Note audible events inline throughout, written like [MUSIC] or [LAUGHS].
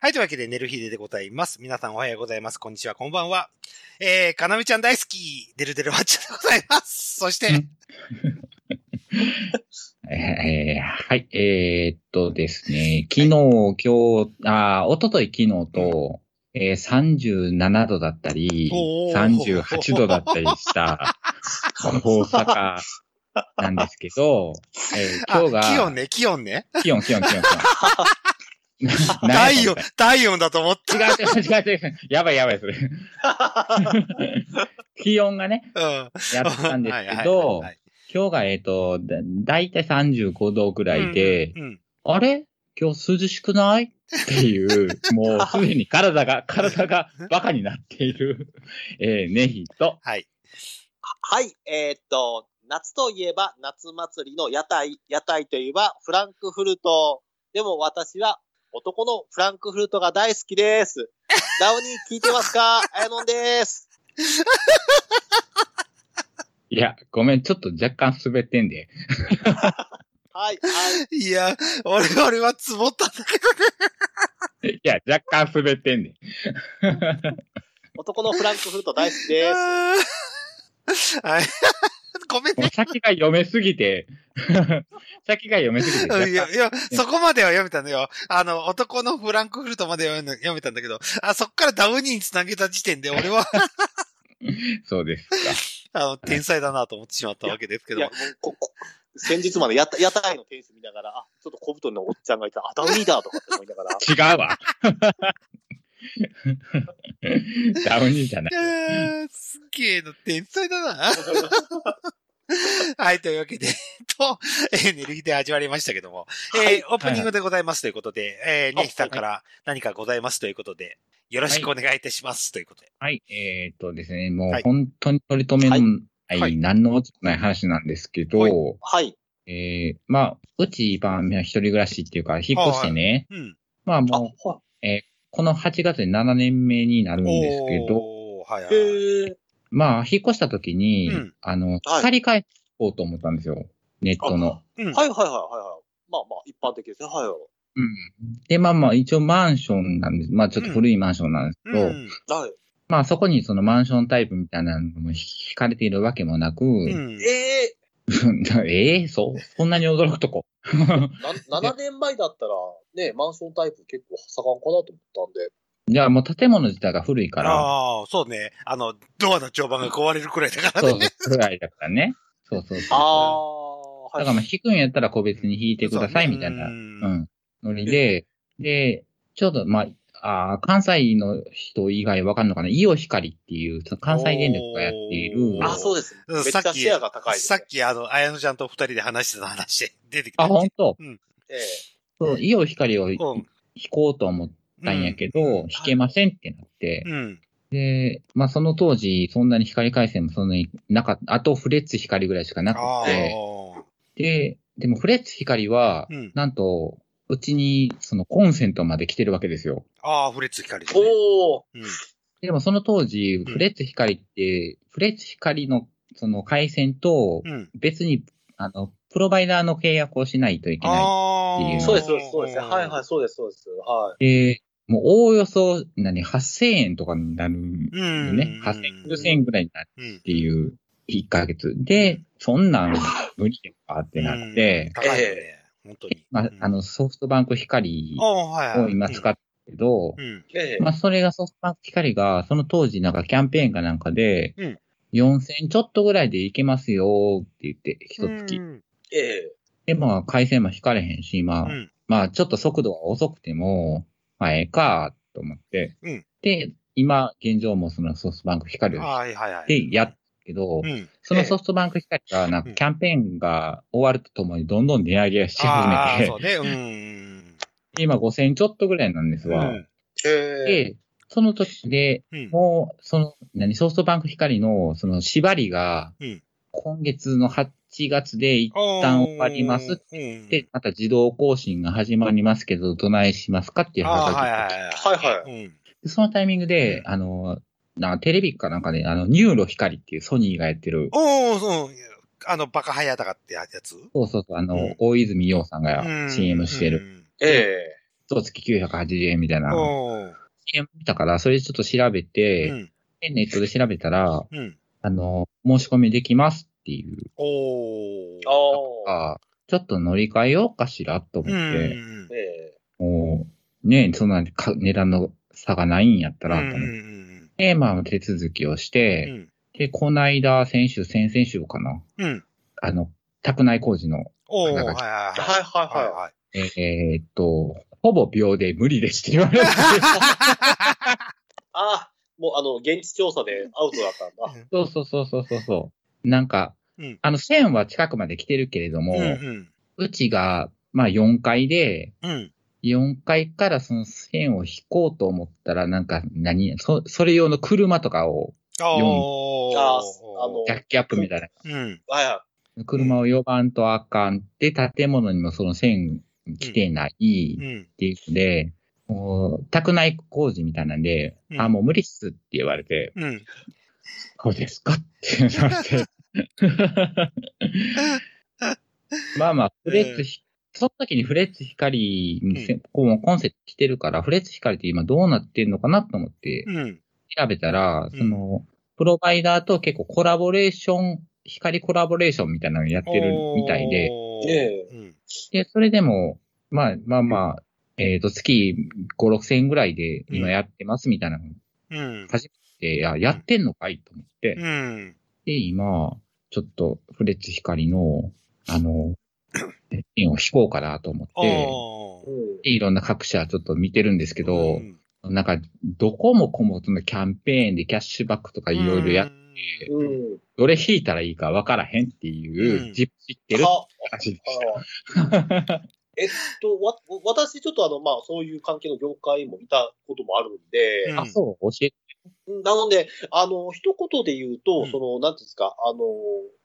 はい、というわけで、寝る日ででございます。皆さんおはようございます。こんにちは、こんばんは。えー、かなみちゃん大好き、デルデルマッチョでございます。そして、 [LAUGHS] えーはい、えーっとですね、昨日、今日、あー、一昨日昨日と、えー、37度だったりお、ー38度だったり [LAUGHS] した、大阪なんですけど、えーあ今日が、気温ね、気温ね。気温、気温、気温、気温。体 [LAUGHS] 何や温、体温だと思っ違う、違う、違う、違う。やばい、やば [LAUGHS] い、それ。気温がね、た。うん。やったんですはいはいけはいどは、い今日が、えーっと、だだいたい35度ぐらいで、うん。あれ今日涼しくないって [LAUGHS] いう、もうすでに体が、体がバカになっている、えー、ネヒと、はい。はい、えーっと、夏といえば夏祭りの屋台、屋台といえばフランクフルト。でも私は男のフランクフルトが大好きです。ダウニー聞いてますかあやのんです。いや、ごめん、ちょっと若干滑ってんで。はい、はい。いや、俺、俺は積もったんだけど。いや、若干滑ってんで。男のフランクフルト大好 [LAUGHS] きです。はい。 [LAUGHS] ごめんもうね。先が読めすぎて、 [LAUGHS] 先が読めすぎて若干、いや、いや、そこまでは読めたのよ。あの、男のフランクフルトまでは読め読めたんだけど、あ、そっからダウニーに繋げた時点で俺は、そうですか。あの、天才だなと思ってしまったわけですけいどや、ももう。ここ先日まで屋台屋台の店主見ながら、あ、ちょっと小太りのおっちゃんがいた、あ、ダウニーだとかって思いながら。違うわ。 [LAUGHS] ダウニーじゃないい。やーすっげえの、天才だな。はい、というわけで、えっと、えー、寝る日で始まりましたけども、はいえーオープニングでございますということで、えー、ネヒさんから何かございますということで、よろしくお願いいたしますということで。はい、えーっとですね、もはいう本当に取り留めのない、はい何の落ちもない話なんですけど、はいはい。えーまあ、うち、まあ、みんな一人暮らしっていうか、引っ越してね、うん。まあ、あもう、はこの8月で7年目になるんですけど、おーはいはいい。へえ。まあ、引っ越した時に、うんあの、はい借り返そうと思ったんですよ。ネットの。うん。はいはいはいはいはい。まあまあ、一般的ですね。はいはい。うん。で、まあまあ、一応マンションなんです。まあ、ちょっと古いマンションなんですけど、うん。はい。まあ、そこにそのマンションタイプみたいなのも引かれているわけもなく、うん。ええ [LAUGHS] ええそうそんなに驚くとこ。な7年前だったら、ね、マンションタイプ結構盛んかなと思ったんで。じゃあもう建物自体が古いから、ああ、そうね。あの、ドアの帳板が壊れるくらいだからそね。うそう、ぐらいだからね。そうそうそう。ああだからまあ、引くんやったら個別に引いてくださいみたいな、う。うんん、ノリで、で、ちょうど、まあ、あー関西の人以外わかんのかな、イオヒカリっていう、その関西電力がやっていおる、ーあ、そうです。うんめっちさっきゃシェアが高いです、さね。っき、あの、綾乃ちゃんと二人で話してた話で出てきた。あ、ほんと、ええそうイオヒカリをう引んこうと思ったんやけど、引けませんってなって、うん。で、まあ、その当時、そんなに光回線もそんなになかった、あとフレッツ光ぐらいしかなくああて、で、でもフレッツ光は、うんなんと、うちにそのコンセントまで来てるわけですよ。ああ、フレッツ光ですね。おお、うんでもその当時、うんフレッツ光って、フレッツ光のその回線とうん。別に、あの、プロバイダーの契約をしないといけなあっていあ。。うそうです、そうです、そうです。はいはいい、そうです、そうです。はい。い。で、もうおおよそ、何、8000円とかになるんうよん。ね。8000、9000円ぐらいになるうんっていう1ヶ月。で、そんなん無理やんかってなって、うん高いよね。本当に。まあ、あの、ソフトバンク光ああ、はいはをい。今使ってるけど、うん。ええまあ、それがソフトバンク光が、その当時なんかキャンペーンかなんかで、うん4000ちょっとぐらいでいけますよって言って、一月。うん。ええで、まあ、回線も引かれへんし、まあ、うんまあ、ちょっと速度は遅くても、まあ、ええか、と思って。うんで、今、現状もそのソフトバンク光を引いはいはいはい。てやっけど、うん。そのソフトバンク光が、なんかキャンペーンが終わるとともにどんどん値上げしあ始あ、めてそう、ね。うん。今5000ちょっとぐらいなんですわ。うんええで、その時で、うん。もう、その、何、ソフトバンク光の、その、縛りがうん、今月の8月で一一旦終わりますっうん。て、また自動更新が始まりますけど、どないしますかっていうああ、話はいはいはいはい。い。うん。でそのタイミングで、あの、なテレビかなんかで、あの、ニューロ光っていうソニーがやってる、おおそう。あの、バカハヤタカってやつそうそうそう、あの、うん大泉洋さんうがん CM してる。うんええ一月980円みたいな、おー見たから、それちょっと調べて、うん。でネットで調べたら、うん。あの、申し込みできますっていうおー。おー。か、ちょっと乗り換えようかしらと思うって、ん。ええもう、ねそんなか値段の差がないんやったら、と思っん。て、まあ、手続きをして、うん。で、こないだ、先週、先々週かな、うん。あの、宅内工事の、おー。はいなんはいかはい。はいはいはい。はい。えーえーっと、ほぼ秒で無理ですって言わ [LAUGHS] れて、ああ、もうあの、現地調査でアウトだったんだ。そうそうそうそうそうそう。なんか、うんあの、線は近くまで来てるけれども、ううんうん。ちが、まあ4階で、うん。 4階からその線を引こうと思ったら、なんか何、そそれ用の車とかを、おー。ああのジャッキアップみたいうん。はいはな。車を呼ばんとあかんで、建物にもその線来てないっうん。ていうので、もう、宅内工事みたいなんで、うんあ、もう無理っすって言われて、うん。そうですかってなって。まあまあ、フレッツひ、その時にフレッツ光にせ、こうコンセプト来てるから、フレッツ光って今どうなってんのかなと思ってうん。調べたら、うんその、プロバイダーと結構コラボレーション、光コラボレーションみたいなのやってるみたいで、おい。ー。ええうん。で、それでも、まあまあまあ、えっ、と、月5、6千円ぐらいで今やってますみたいなのうん。で、あやってんのかいと思って、うん。で、今、ちょっとフレッツ光の、あの、ピンを引こうかなと思って、おー。うん。でいろんな各社ちょっと見てるんですけどう、んなんか、どこもこもそのキャンペーンでキャッシュバックとかいろいろや、ううん。どれ引いたらいいかわからへんっていうう、んジップ知ってるは話でしあー [LAUGHS] えっと、わ、私ちょっとあの、まあ、そういう関係の業界もいたこともあるんで、うんた。あ、そう、教えて。なので、あの、一言で言ううと、んその、なんていうんですか、あの、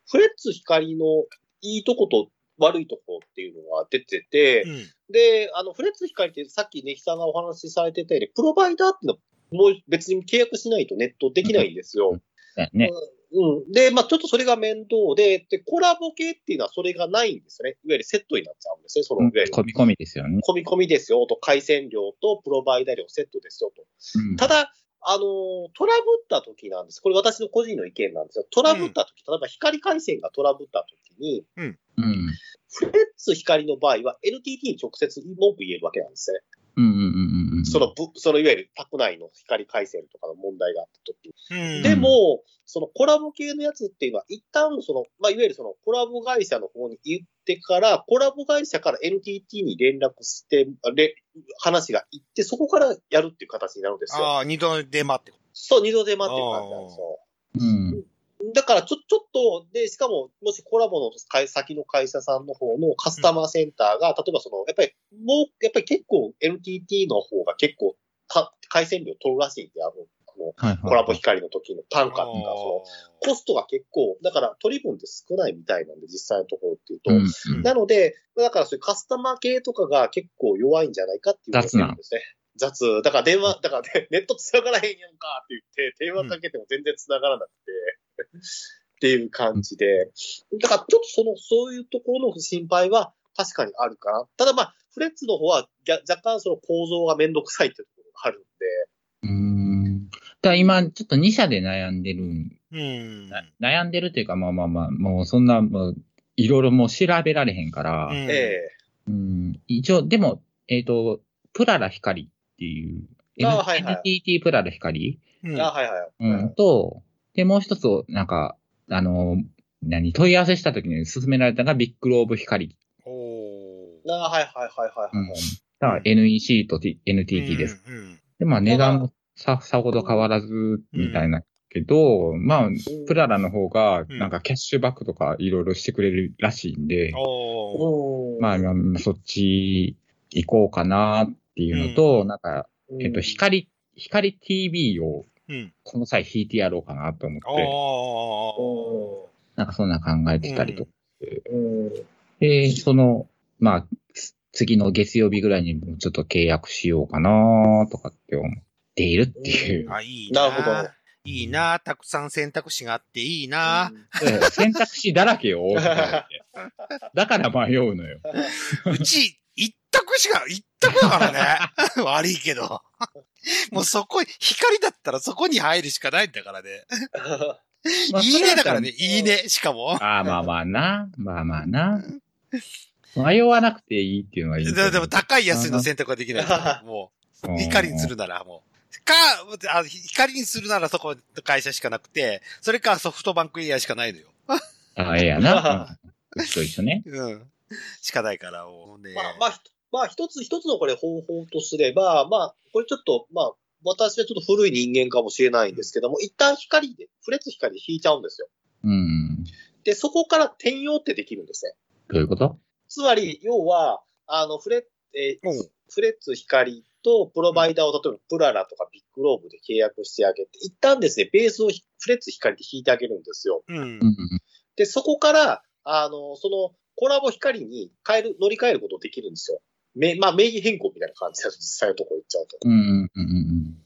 フレッツ光のいいとこと悪いとこっていうのが出てて、ん。で、あの、フレッツ光ってさっきね、ひさんがお話しされてたように、プロバイダーっていうのはもう別に契約しないとネットできないんですよ。ね。うん。で、まあちょっとそれが面倒で、で、コラボ系っていうのはそれがないんですよね。いわゆるセットになっちゃうんですね。その、いわゆる、込み込みですよね。込み込みですよと、回線料とプロバイダー料セットですよと。うんただ、あのートラブった時なんです。これ私の個人の意見なんですよ。トラブった時、例えば光回線がトラブった時に、うん。フレッツ光の場合は NTT に直接文句言えるわけなんですね。うんうんうんうん。そのぶ、そのいわゆる宅内の光回線とかの問題があった時に。うん。でも、そのコラボ系のやつっていうのは、一旦その、まあ、いわゆるそのコラボ会社の方に行ってから、コラボ会社から NTT に連絡して、あれ話が行って、そこからやるっていう形になるんですよ。ああ、二度出待って。そう、二度手間っていう感じなんですよ。うん。だからちょ、ちょっと、で、しかも、もしコラボの会先の会社さんの方のカスタマーセンターが、例えばその、やっぱり、もう、やっぱり結構 NTT の方が結構、た回線料取るらしいんで、あの、あのはいはい。コラボ光の時の単価っていうか、そおの、コストが結構、だから取り分って少ないみたいなんで、実際のところっていうと。うん。うんなので、だからそういうカスタマー系とかが結構弱いんじゃないかっていう雑なことですね。雑。だから電話、だからねネット繋がらへんやんかって言って、電話かけても全然繋がらなくて、 [LAUGHS] っていう感じで。だからちょっとその、そういうところの心配は確かにあるかな。ただまあ、フレッツの方はぎゃ若干その構造がめんどくさいっていうところがあるんで、うーん。だから今、ちょっと2社で悩んでるんうん。な悩んでるというか、まあまあまあ、もうそんな、もういろいろもう調べられへんから、うんえうん一応、でも、えっ、と、プララ光っていう、あはいはい NTT プララ光、うえんあ、はいはい。うんと、で、もう一つ、なんか、あの、何、問い合わせした時に勧められたのがビッグローブ光。おあはいはいはいはいはうい。ん、だから NEC と T- NTT です。。うん。で、まあ値段もさ、さほど変わらず、みたいな。けど、まあ、プララの方が、んなんかキャッシュバックとかいろいろしてくれるらしいんで、おお。おーまあ、まあそっち行こうかなっていうのと、うんなんか、うんえっと、光、光 TV をうん。この際引いてやろうかなと思って、おお。おなんかそんな考えてたりとか。ーうんで、その、まあ、つ次の月曜日ぐらいにもちょっと契約しようかなとかって思っているっていう。 [LAUGHS] あ、いいな。なるほど。いいな。たくさん選択肢があっていいな。選択肢だらけよ。多くてだから迷うのよ。うち、一択しか、一択だからね。悪いけど。もうそこ、光だったらそこに入るしかないんだからね。まあ [LAUGHS] いいねだからね、そいいね、しかも。ああ、まあまあな。まあまあな。迷わなくていいっていうのがいいと思でう。でも高い安いの選択はできないから。もうんう、光にするならもう。か、あ光にするならそこの会社しかなくて、それかソフトバンクエリアしかないのよ。ああ、ええや [LAUGHS] な。うん一緒一緒ね。うん。しかないから、もうね。 [LAUGHS] まあ、まあ、ひとまあ、一つ一つのこれ方法とすれば、まあ、これちょっと、まあ、私はちょっと古い人間かもしれないんですけども、一旦光で、フレツ光で引いちゃうんですよ。うん。で、そこから転用ってできるんですね。どういうことつまり、要は、あの、フレ、えーうんフレッツ光とプロバイダーを、例えばプララとかビッグローブで契約してあげて、一旦ですね、ベースをひフレッツ光で引いてあげるんですよ。うんう。ん。で、そこから、あの、そのコラボ光に変える、乗り換えることできるんですよ。め、まあ、名義変更みたいな感じで実際のとこ行っちゃうと。うん。うん。うん。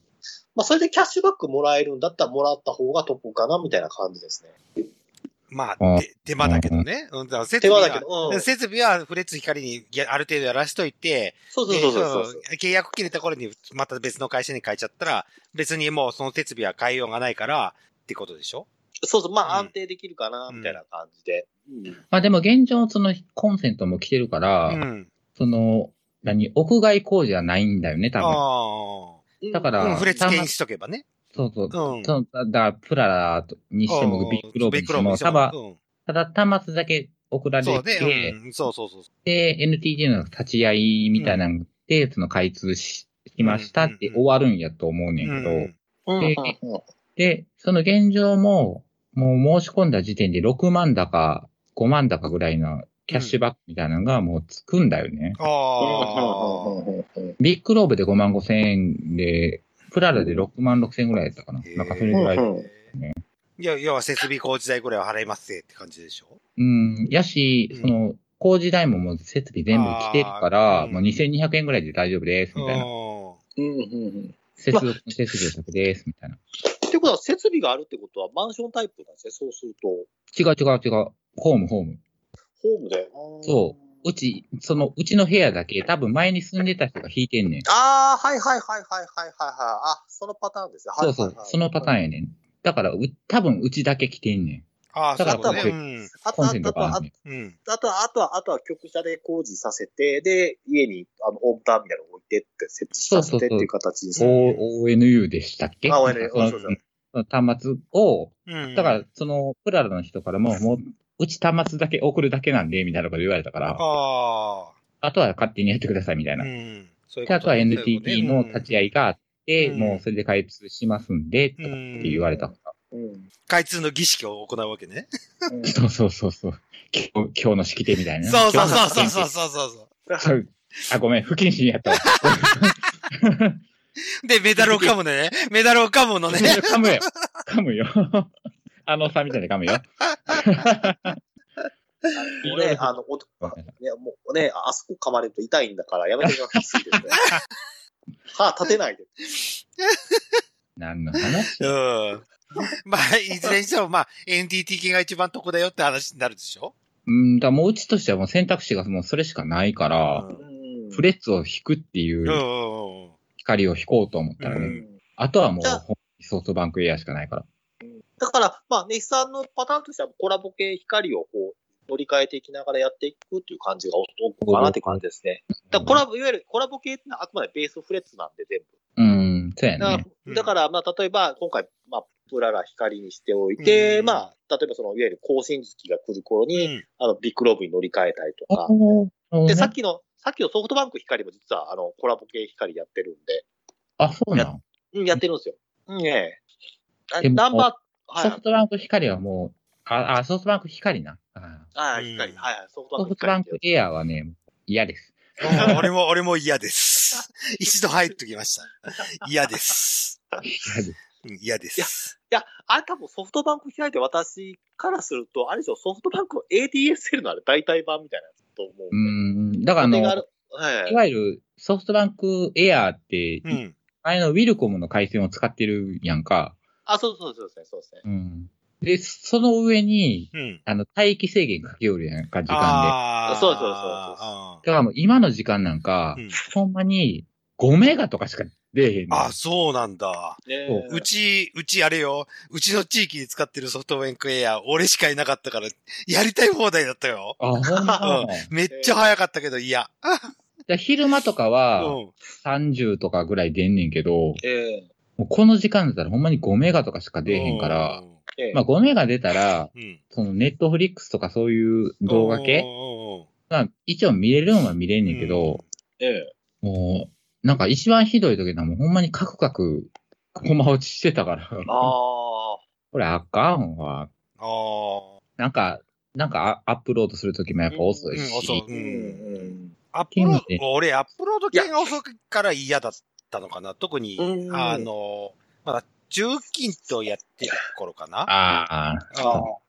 まあ、それでキャッシュバックもらえるんだったらもらった方が得かな、みたいな感じですね。まうあ、んで手間だけどね。うん、だから設手備は間だけど。うん。そう設備はフレッツ光にやある程度やらしといて、そうでそうそうそう。うん契約切れた頃にまた別の会社に変えちゃったら、別にもうその設備は変えようがないから、ってことでしょそうそう。まあ、うん安定できるかな、みたいな感じで。うんまあでも現状、そのコンセントも来てるかうら、ん。その、何、屋外工事はないんだよね、多分。あだかあ。らうん、フレッツ検出しとけばね。そうそう。うん。そのだから、プララにしてうも、んビッグローブにしてビも、にしてただ、うんただ端末だけ送られそうて、ね。うんそうそうそう。で、NTT の立ち会いみたいなので、その開通ししましたって終わるんやと思うねんけど、うんうんうんうんで、その現状も、もう申し込んだ時点で6万だか5万だかぐらいのキャッシュバックみたいなのがもうつくんだよね。ああ。ビッグローブで5万5千円で、プララで6万6千円ぐらいだったかな。へーなんかそれぐらい。うんいや、要は設備工事代ぐらいは払いますぜって感じでしょうん。やしうん、その、工事代ももう設備全部来てるから、あーうんもう2200円ぐらいで大丈夫です、みたいな。うん接続の設備だけです、みたいな。ってことは、設備があるってことは、マンションタイプなんですね。そうすると、違う違う違う。ホームホーム。ホームで。。そううち、その、うちの部屋だけ、多分前に住んでた人が引いてんねん。ああ、はいはいはいはいはいはいはい。あ、そのパターンですね。はそいうはいそはうい。、そのパターンやねん。だから、う、多分うちだけ来てんねああ、そうだだからね。うんあと、コンあセントと、がああるねうん。うん。と、あとは、あとは、あとは、局舎で工事させて、で、家に、あの、ホームターミナル置いてって、設置させてっていう形にすん。る。 O、ONU でしたっけあ ONU なんそかうそうそのその端末を、うんだから、、その、プララの人からも、もう、うち端末だけ送るだけなんで、みたいなこと言われたから、ああとは勝手にやってください、みたあ。いうな。ん。そういうで、あとは NTT の立合い。ち会いがあって、うんもうそれで開通しますんで、とうかっんて言われたから。うん。開通の儀式を行うわけね。そうそうそうそう。今日、今日の式典みたいな。そうそう今そう日の式そ典うそうそうそそうあ、ごめん、不謹慎やったわ。う。で、メダルを噛むね。メダルを噛むのね。噛むよ。噛むよ。あのさんみたいに噛むよ。もうね、あの、おと、ね、もうね、あそこ噛まれると痛いんだから、やめてください。歯立てないで。何の話うん。まあ、いずれにしても、まあ、NTT 系が一番得だよって話になるでしょうん、だからもううちとしてはもう選択肢がもうそれしかないから、うんうんフレッツを引くっていうんううんうん。光を引こうと思ったらね、うんあとはもうじゃあほんソフトバンクエアしかないから。だから、まあ、ネヒさんのパターンとしては、コラボ系光をこう、乗り換えていきながらやっていくっていう感じがお多いかなって感じですね。だからコラボ、いわゆるコラボ系ってのはあくまでベースフレッツなんで全うん、そうや部。だからね。、うんだからまあ、例えば、今回、まあ、プララ光にしておいて、うんまあ、例えばその、いわゆる更新月が来る頃うに、ん。あの、ビッグローブに乗り換えたりとあか。そうねで、さっきの、さっきのソフトバンク光も実は、あの、コラボ系光やってるんで、あ、そうなのうん、やってるんですよ。うん、ええ。あでもナンバー、はいソフトバンク光はもう、あ、あソフトバンク光な。あはい、はい、うん光、はい、はい、ソフトバソンフクトバ光ンってクエアはね、嫌です。うん俺も、俺も嫌です。一度入っときました。嫌です。嫌 [LAUGHS] です。うん嫌です。いや、あれ多分ソフトバンク開いて私からすると、あれでしょ、ソフトバンクの ADSL のあれ代替版みたいなやつと思う。う、ん、だからあの、手軽いはい。わゆるソフトバンクエアってう、ん。前のウィルコムの回線を使ってるやんか。あ、そうそうそうそうですね、そうですね。うん。で、その上に、うん。あの、待機制限かけよるやんか、時間あーそうそで。だからもう今の時間なんか、うんほんまに5メガとかしか出えへんねんあ、そうなんだ。ねそううち、うちあれよ。うちの地域で使ってるソフトバンクエア、俺しかいなかったから、やりたい放題だったよ。あ、ほんま。だかめっちゃ早かったけど嫌。ら昼間とかうは、ん。 30とかぐらい出んねんけど、ええもうこの時間だったらほんまに5メガとかしか出えへんから、ええまあ5メガ出たら、うん。うん。そのネットフリックスとかそういう動画系、まあ一応見れるんは見れんねんけど、ええもう、なんか一番ひどい時だもん、ほんまにカクカク、駒落ちしてたから、 [LAUGHS] ああ、これあかんうわ。ん。あなんか、なんかアアップロードする時もやっぱ遅いあ。うん、し、遅い。ううん。ん。アップローっていうのでド、俺、アップロード系が遅いから嫌だったのかな。特にう、んあの、まだ、中勤とやってる頃かな。ああ、あの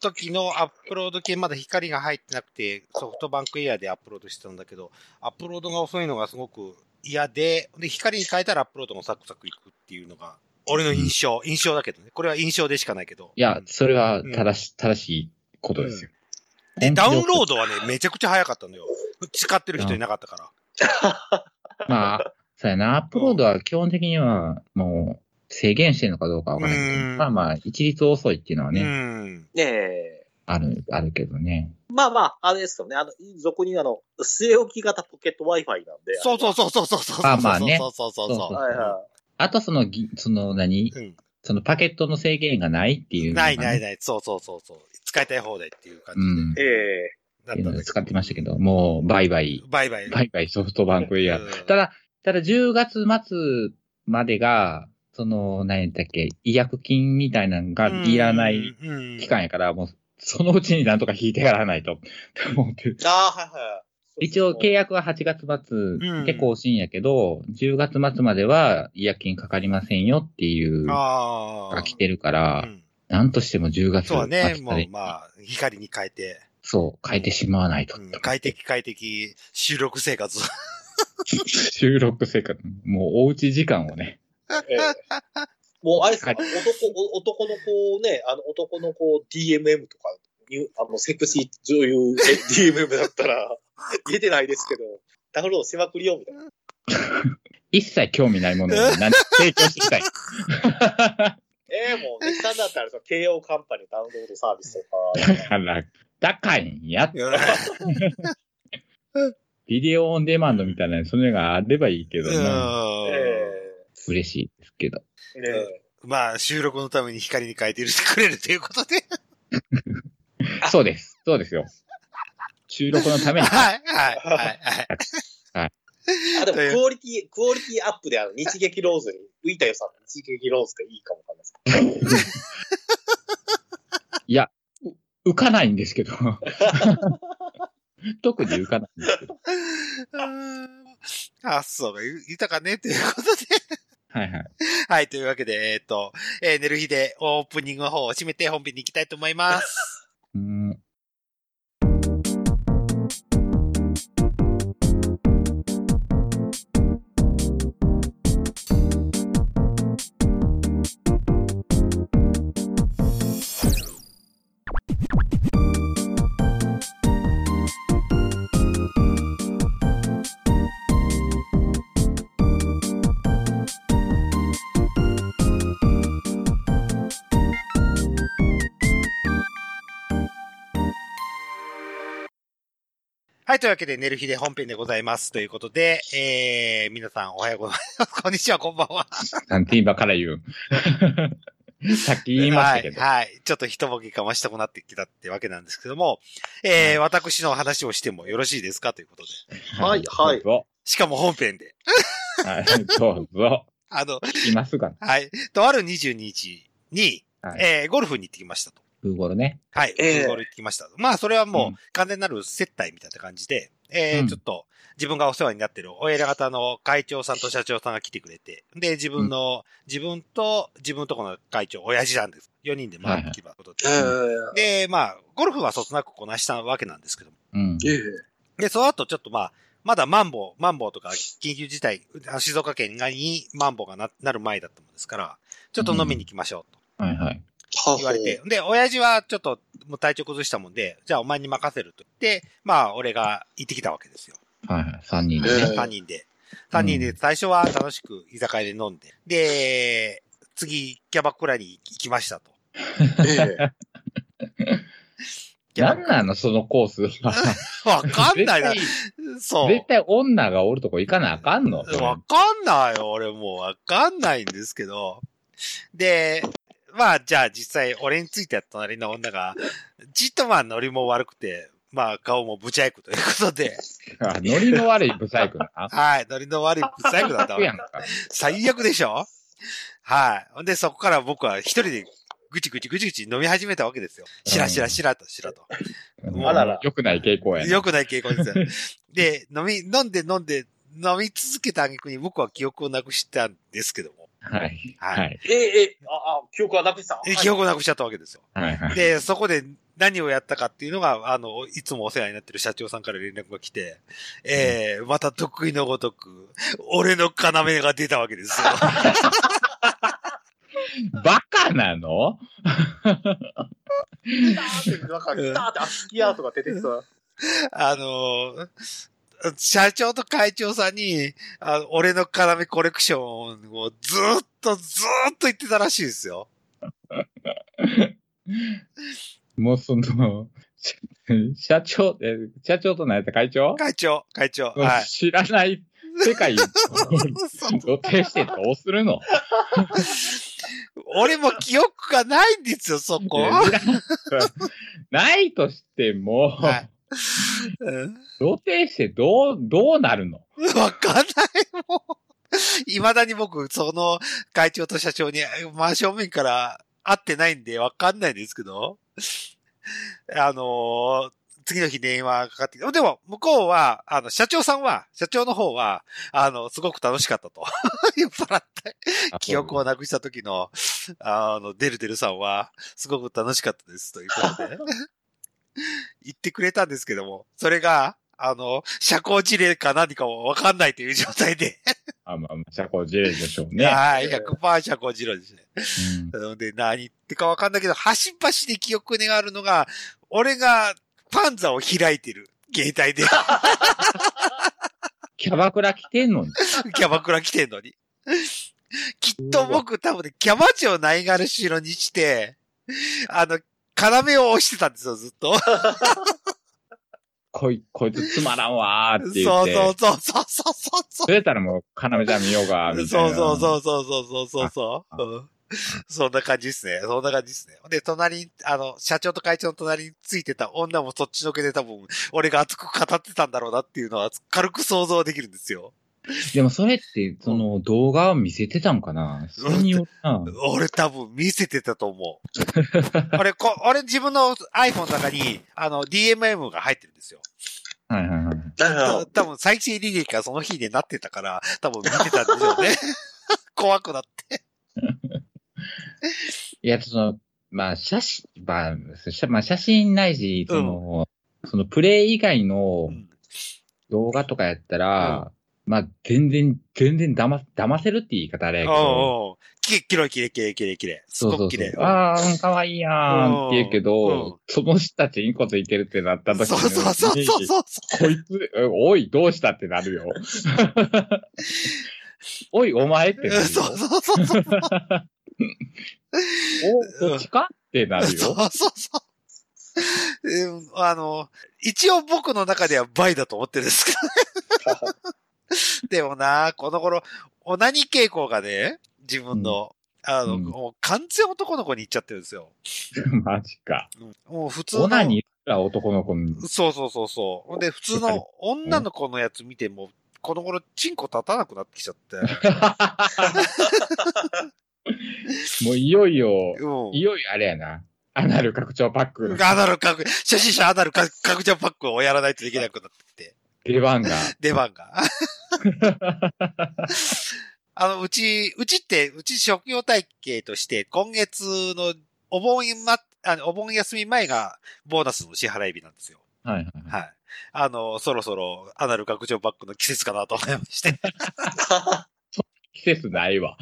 時のアップロード系、まだ光が入ってなくて、ソフトバンクエアでアップロードしてたんだけど、アップロードが遅いのがすごく嫌で、で、光に変えたらアップロードもサクサクいくっていうのが、俺の印象、印象だけどね。これは印象でしかないけど。いやう、んそれは正し、正しいことですよ。でダウンロードドはね、めちゃくちゃ早かったのよ。使ってる人いなかったから。まあ、そうやな、アップロードは基本的にはもう制限してるのかどうかわからないけど、うんまあまあ、一律遅いっていうのはね、うん。ねえ。ある、あるけどね。まあまあ、あれですよね。あの、俗にあの、据え置き型ポケット Wi-Fi なんで。そうそうそうそうそうそうそう。まあまあねそうそうそうそうそはいはあとそのぎ、そのう。何、うん。そのパケットの制限がないっていうのがなね、いないない。そうそうそうそう。使いたい放題っていう感うんじい。えで。え。だっってたんいだうのをけど使ってましたけど、もう、バイバイ、バイバイ。バイバイソフトバンクエアうん。ただ、ただ10月末までが、その、何だっけ、違約金みたいなのがいらない期期間やから、もう、そのうちになんとか引いてやらないと思ってる。ああ、はいはい。一応、契約は8月末で更新やけど、10月末までは違約金かかりませんよっていうのああが。来てるから、うんなんとしても10月末そうまだでね。にもう、まあ、光に変えて、そう、変えてしまわないと。うん快適快適収録生活。収録生活、もうおうち時間をね。え [LAUGHS] えもう、あれですはか、い男、お男の子をね、あの、男の子を DMM とかいう、あの、セクシー女優え DMM だったら、出てないですけど、ダウンロードしまくりよ、みたいな。一切興味ないものを何 [LAUGHS] 提供してきたい。ええもう、できたんだったら、その、慶応カンパニーダウンロードサービスとか、だから、高いんや。ビデオオンデマンドみたいな、それがあればいいけどな、うんえ嬉しいですけど。えねえまあ、収録のために光に変えてくれるということで。そうです。そうですよ。収録のために。はい、はい、はい、はい。あ、でもというクオリティ、クオリティアップで、あの、日劇ローズに、浮いたよさんの日劇ローズでいいかもわかんないです。いや、う浮かないんですけど。特に浮かないんですけど。あ、そうが豊かね、ということで。はいはい。はい、というわけで、えっ、と、えー、寝る日でオープニングの方を締めて本編に行きたいと思います。うーんはい、というわけで、寝る日で本編でございます。ということで、えー、皆さんおはようございます。こんにちは、こんばんは。なんて今から言う。さっき言いましたけど。はい、はい。ちょっと一ボケかましたくなってきたってわけなんですけども、えー私の話をしてもよろしいですかということで。はいはいどしかも本編で。うぞ。はい、どうぞ。あの、今すぐかな。はい。とある22日に、はいえーゴルフに行ってきましたと。風頃ね。はい。ええゴルフ行ってきました。まあ、それはもううん完全なる接待みたいな感じで、えーうんちょっと自分がお世話になってるお偉方の会長さんと社長さんが来てくれて、で、自分の、自分と、自分とこの会長、親父なんです。4人で回ってきたことで。で、まあ、ゴルフはそつなくこなしたわけなんですけどもうん。ええで、その後ちょっとまあ、まだマンボウ、マンボウとか緊急事態、あの静岡県にマンボウがななる前だったもんですから、ちょっと飲みに行きましょうと。はいはい。は言われて。。で、親父はちょっともう体調崩したもんで、じゃあお前に任せると言って、まあ俺が行ってきたわけですよ。はいはい。三人でえね。え3人で。3人うで最初は楽しく居酒屋で飲んで、で、次、キャバクラに行きましたと。ええキャバなんなのそのコースは。わかんないな。絶そ対う絶。対女がおるとこ行かなあかんの。わかんないよ。俺もうわかんないんですけど。で、まあじゃあ実際俺については隣の女が、ちっとまあノリも悪くて、まあ顔もぶちゃいくということで、あノリの悪いブサイクな。 [LAUGHS] あはい、ノリの悪い不細工だったわやんか。最悪でしょはい。ほんで、そこから僕は一人でぐちぐちぐちぐち飲み始めたわけですよ。しらしらしらとしらと。うんあらら良くない傾向やな。良くない傾向です [LAUGHS] よ。で、飲み、飲んで飲んで、飲み続けた挙句に僕は記憶をなくしたんですけども。はい。はいはい。ええええあ、あ、記憶はなくした。で記憶をなくしちゃったわけですよ。はいはい。で、そこで何をやったかっていうのが、あの、いつもお世話になってる社長さんから連絡が来て、えー、また得意のごとく、俺の要が出たわけですよ。バカなの来たーって、なんか来たーって、あ、スキアートが出てきそう。あのー社長と会長さんに、あの俺の絡みコレクションをずーっとずーっと言ってたらしいですよ。もうその、し社長、え社長と何やった会長会長、会長。はい。知らない世 [LAUGHS] 界をそう予定してどうするの俺も記憶がないんですよ、そこ。いやないとしても、 [LAUGHS] はいうん予定してどう、どうなるのわかんない、もう。未だに僕、その会長と社長に真正面から会ってないんでわかんないんですけど、あのー次の日電話かかってきて、でも向こうは、あの、社長さんは、社長の方は、あの、すごく楽しかったと。 [LAUGHS] 酔っ払って、記憶をなくした時の、あの、デルデルさんは、すごく楽しかったです、ということで。言ってくれたんですけども、それが、あの、社交辞令か何かもわかんないという状態で、あ、まあ、まあ、社交辞令でしょうね。はい、100%社交辞令ですね。なので、何言ってかわかんないけど、端々で記憶にあるのが、俺がパンザを開いてる。携帯で、キャバクラ来てんのに。 [LAUGHS] キャバクラ来てんのに。きっと僕多分ね、キャバ嬢ないがるしろにして、あの、要を押してたんですよ、ずっと。こい、こいつつまらんわーって言っそうて。そうそうそうそうそうそう。それやったらもう、要ちゃん見ようか、みたいそな。うそうう。そうそうそうそうそう。あうんそんな感じですね。そんな感じですね。で、隣に、あの、社長と会長の隣についてた女もそっちのけで多分、俺が熱く語ってたんだろうなっていうのは、軽く想像できるんですよ。でもそれって、その動画を見せてたんかなそれによるな。俺多分見せてたと思う。俺、こ、俺自分の iPhone の中に、あの、DMM が入ってるんですよ。はいはいはい。なたる多分再生履歴がその日でなってたから、多分見てたんでしょうね。 [LAUGHS] 怖くなって。いや、その、まあ、写真、まあ、写まあ、写真ないし、その、そのプレイ以外のうん動画とかやったら、まあ、全然、全然騙す、騙せるって言い方あれやけど、おうおうきれい、きれい、きれい、きれい、きれい、きれい。すそうごそくきうそれい。う。ああ、うんかわいいやんって言うけうんうんど、その人たちにこついてるってなった時そうにそうそうそうそう。こいつ、えおい、どうしたってなる [LAUGHS] よ。おい、お前ってなるよ。そうそうそうそう。お、こっちかってなる [LAUGHS] そよ。うそうそう。うんあの、一応僕の中では倍だと思ってるんですけほど。 [LAUGHS] ど、でもな、この頃、オナニー傾向がね、自分の、あの、うんもう完全男の子に行っちゃってるんですよ。マジか。もう普通の。オナニーすら男の子にそうそうそうそう。ほんで、普通の女の子のやつ見ても、この頃、チンコ立たなくなってきちゃって。 [LAUGHS] もういよいよ、うんいよいよあれやな。アナル拡張パックのアナル拡、初心者アナル拡拡張パックをやらないとできなくなってきて、出番が。出番 [LAUGHS] が。あの、うち、うちって、うち職業体系として、今月のお盆ま、あのお盆休み前がボーナスの支払い日なんですよ。はいはいはい。はい。あの、そろそろアナル拡張パックの季節かなと思いまして。季節ないわ。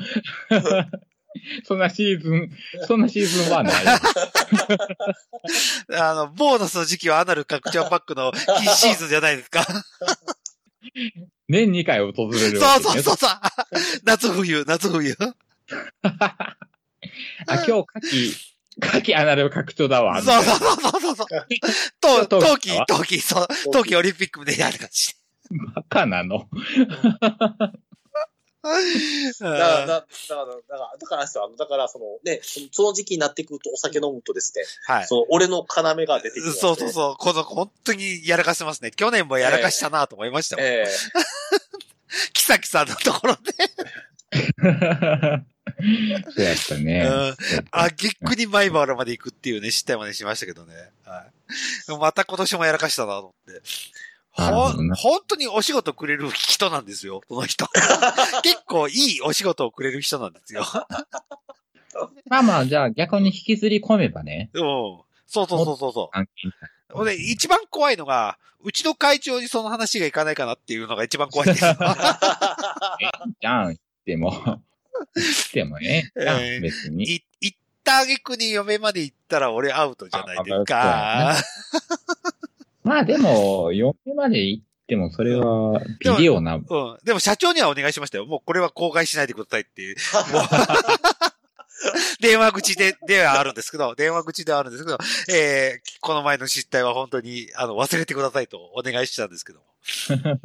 そんなシーズン、そんなシーズンはない。 [LAUGHS] あの、ボーナスの時期はアナル拡張パックのキーシーズンじゃないです [LAUGHS] か。年2回訪れそるうわけ、ね。そうそうそう。夏冬、夏冬。あ、今日、牡蠣、牡蠣アナル拡張だわ。みたそいうなそうそうそうそう。と冬冬季季、冬季、そう、冬季オリンピックみたいな感 [LAUGHS] じ。バカなの。だから、だだから、だから、だからですよ、あのだから、そのね、そのその時期になってくるとお酒飲むとですね、はい。その俺の要が出てくる、そうそうそう。この、本当にやらかしてますね。去年もやらかしたなと思いましたもん。ええキサキさんのところで、そうやったね。うんあげっくにマイバールまで行くっていうね、失態までしましたけどね。はい。また今年もやらかしたなと思って。なるほほどん、ね本当にお仕事くれる人なんですよ、この人。 [LAUGHS] 結構いいお仕事をくれる人なんですよ。まあまあ、じゃあ逆に引きずり込めばね。うん。そうそうそうそうそ。関係ないうほんで、一番怖いのが、うちの会長にその話がいかないかなっていうのが一番怖いです。じゃん、言っても。言ってもね。えー別に。い、行った挙句に嫁まで行ったら俺アウトじゃないですか。まあでも、嫁まで行っても、それはビデオな、うん。でも社長にはお願いしましたよ。もうこれは公開しないでくださいって [LAUGHS] いう。もう電話口で、ではあるんですけど、電話口ではあるんですけど、えー、この前の失態は本当に、あの、忘れてくださいとお願いしたんですけども。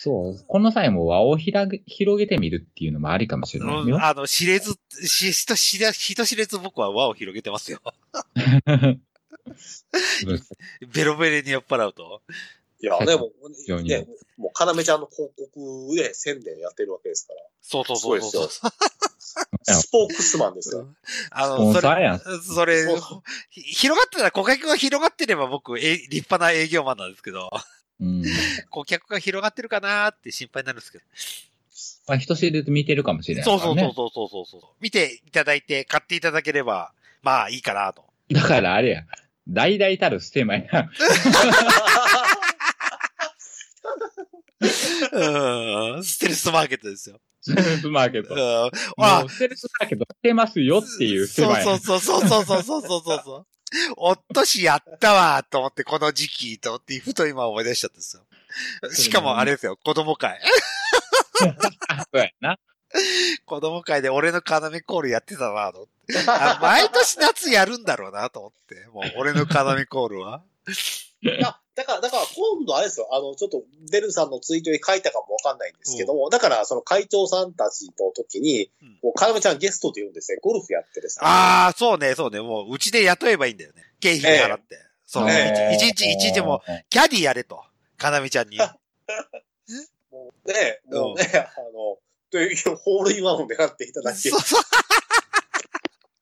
そう、この際も輪をひらげ広げてみるっていうのもありかもしれないうんよ。 [LAUGHS] あの、知れず、し、人知れ、人知れず僕は輪を広げてますよ。ベロベロに酔っ払うと。いや、でも非常、にね、もう、要ちゃんの広告で1000年やってるわけですから。そうそうすごそういですそうよ。スポークスマンですよ。あスポの、ンそサーれ、やん。 [LAUGHS] それ、ひ広がってたら、顧客が広がってれば僕、え、立派な営業マンなんですけど、 [LAUGHS] うん。顧客が広がってるかなーって心配になるんですけど。まあ、人知れず見てるかもしれないかそら、うね。そうそうそうそうそうそう。見ていただいて、買っていただければ、まあいいかなと。だからあれや、大々たるステマや。うん、ステルスマーケットですよ。セルスマーケッうト。んも、あう、ステルスマーケットしてますよっていうステそうマや。そうそうそうそうそうそうそうそうそう。おっとしやったわーと思って、この時期と思って、ふと今思い出しちゃったんですよ。しかもあれですよ、子供会。あそうやな。子供会で俺の要コールやってたなと思って。あ毎年夏やるんだろうなと思って。もう俺の要コールは。いや、だから、だから今度あれですよ、あの、ちょっと、デルさんのツイートに書いたかもわかんないんですけども、だから、その会長さんたちの時にうん、こう、かなめちゃんゲストと言うんですね、ゴルフやってですね。ああ、そうね、そうね。もううちで雇えばいいんだよね。経費で払って。そうね。えー一日一日も、。キャディやれと。かなみちゃんに。ね、もうね、あの、という、ホールインワンを狙っていただき、そうそう。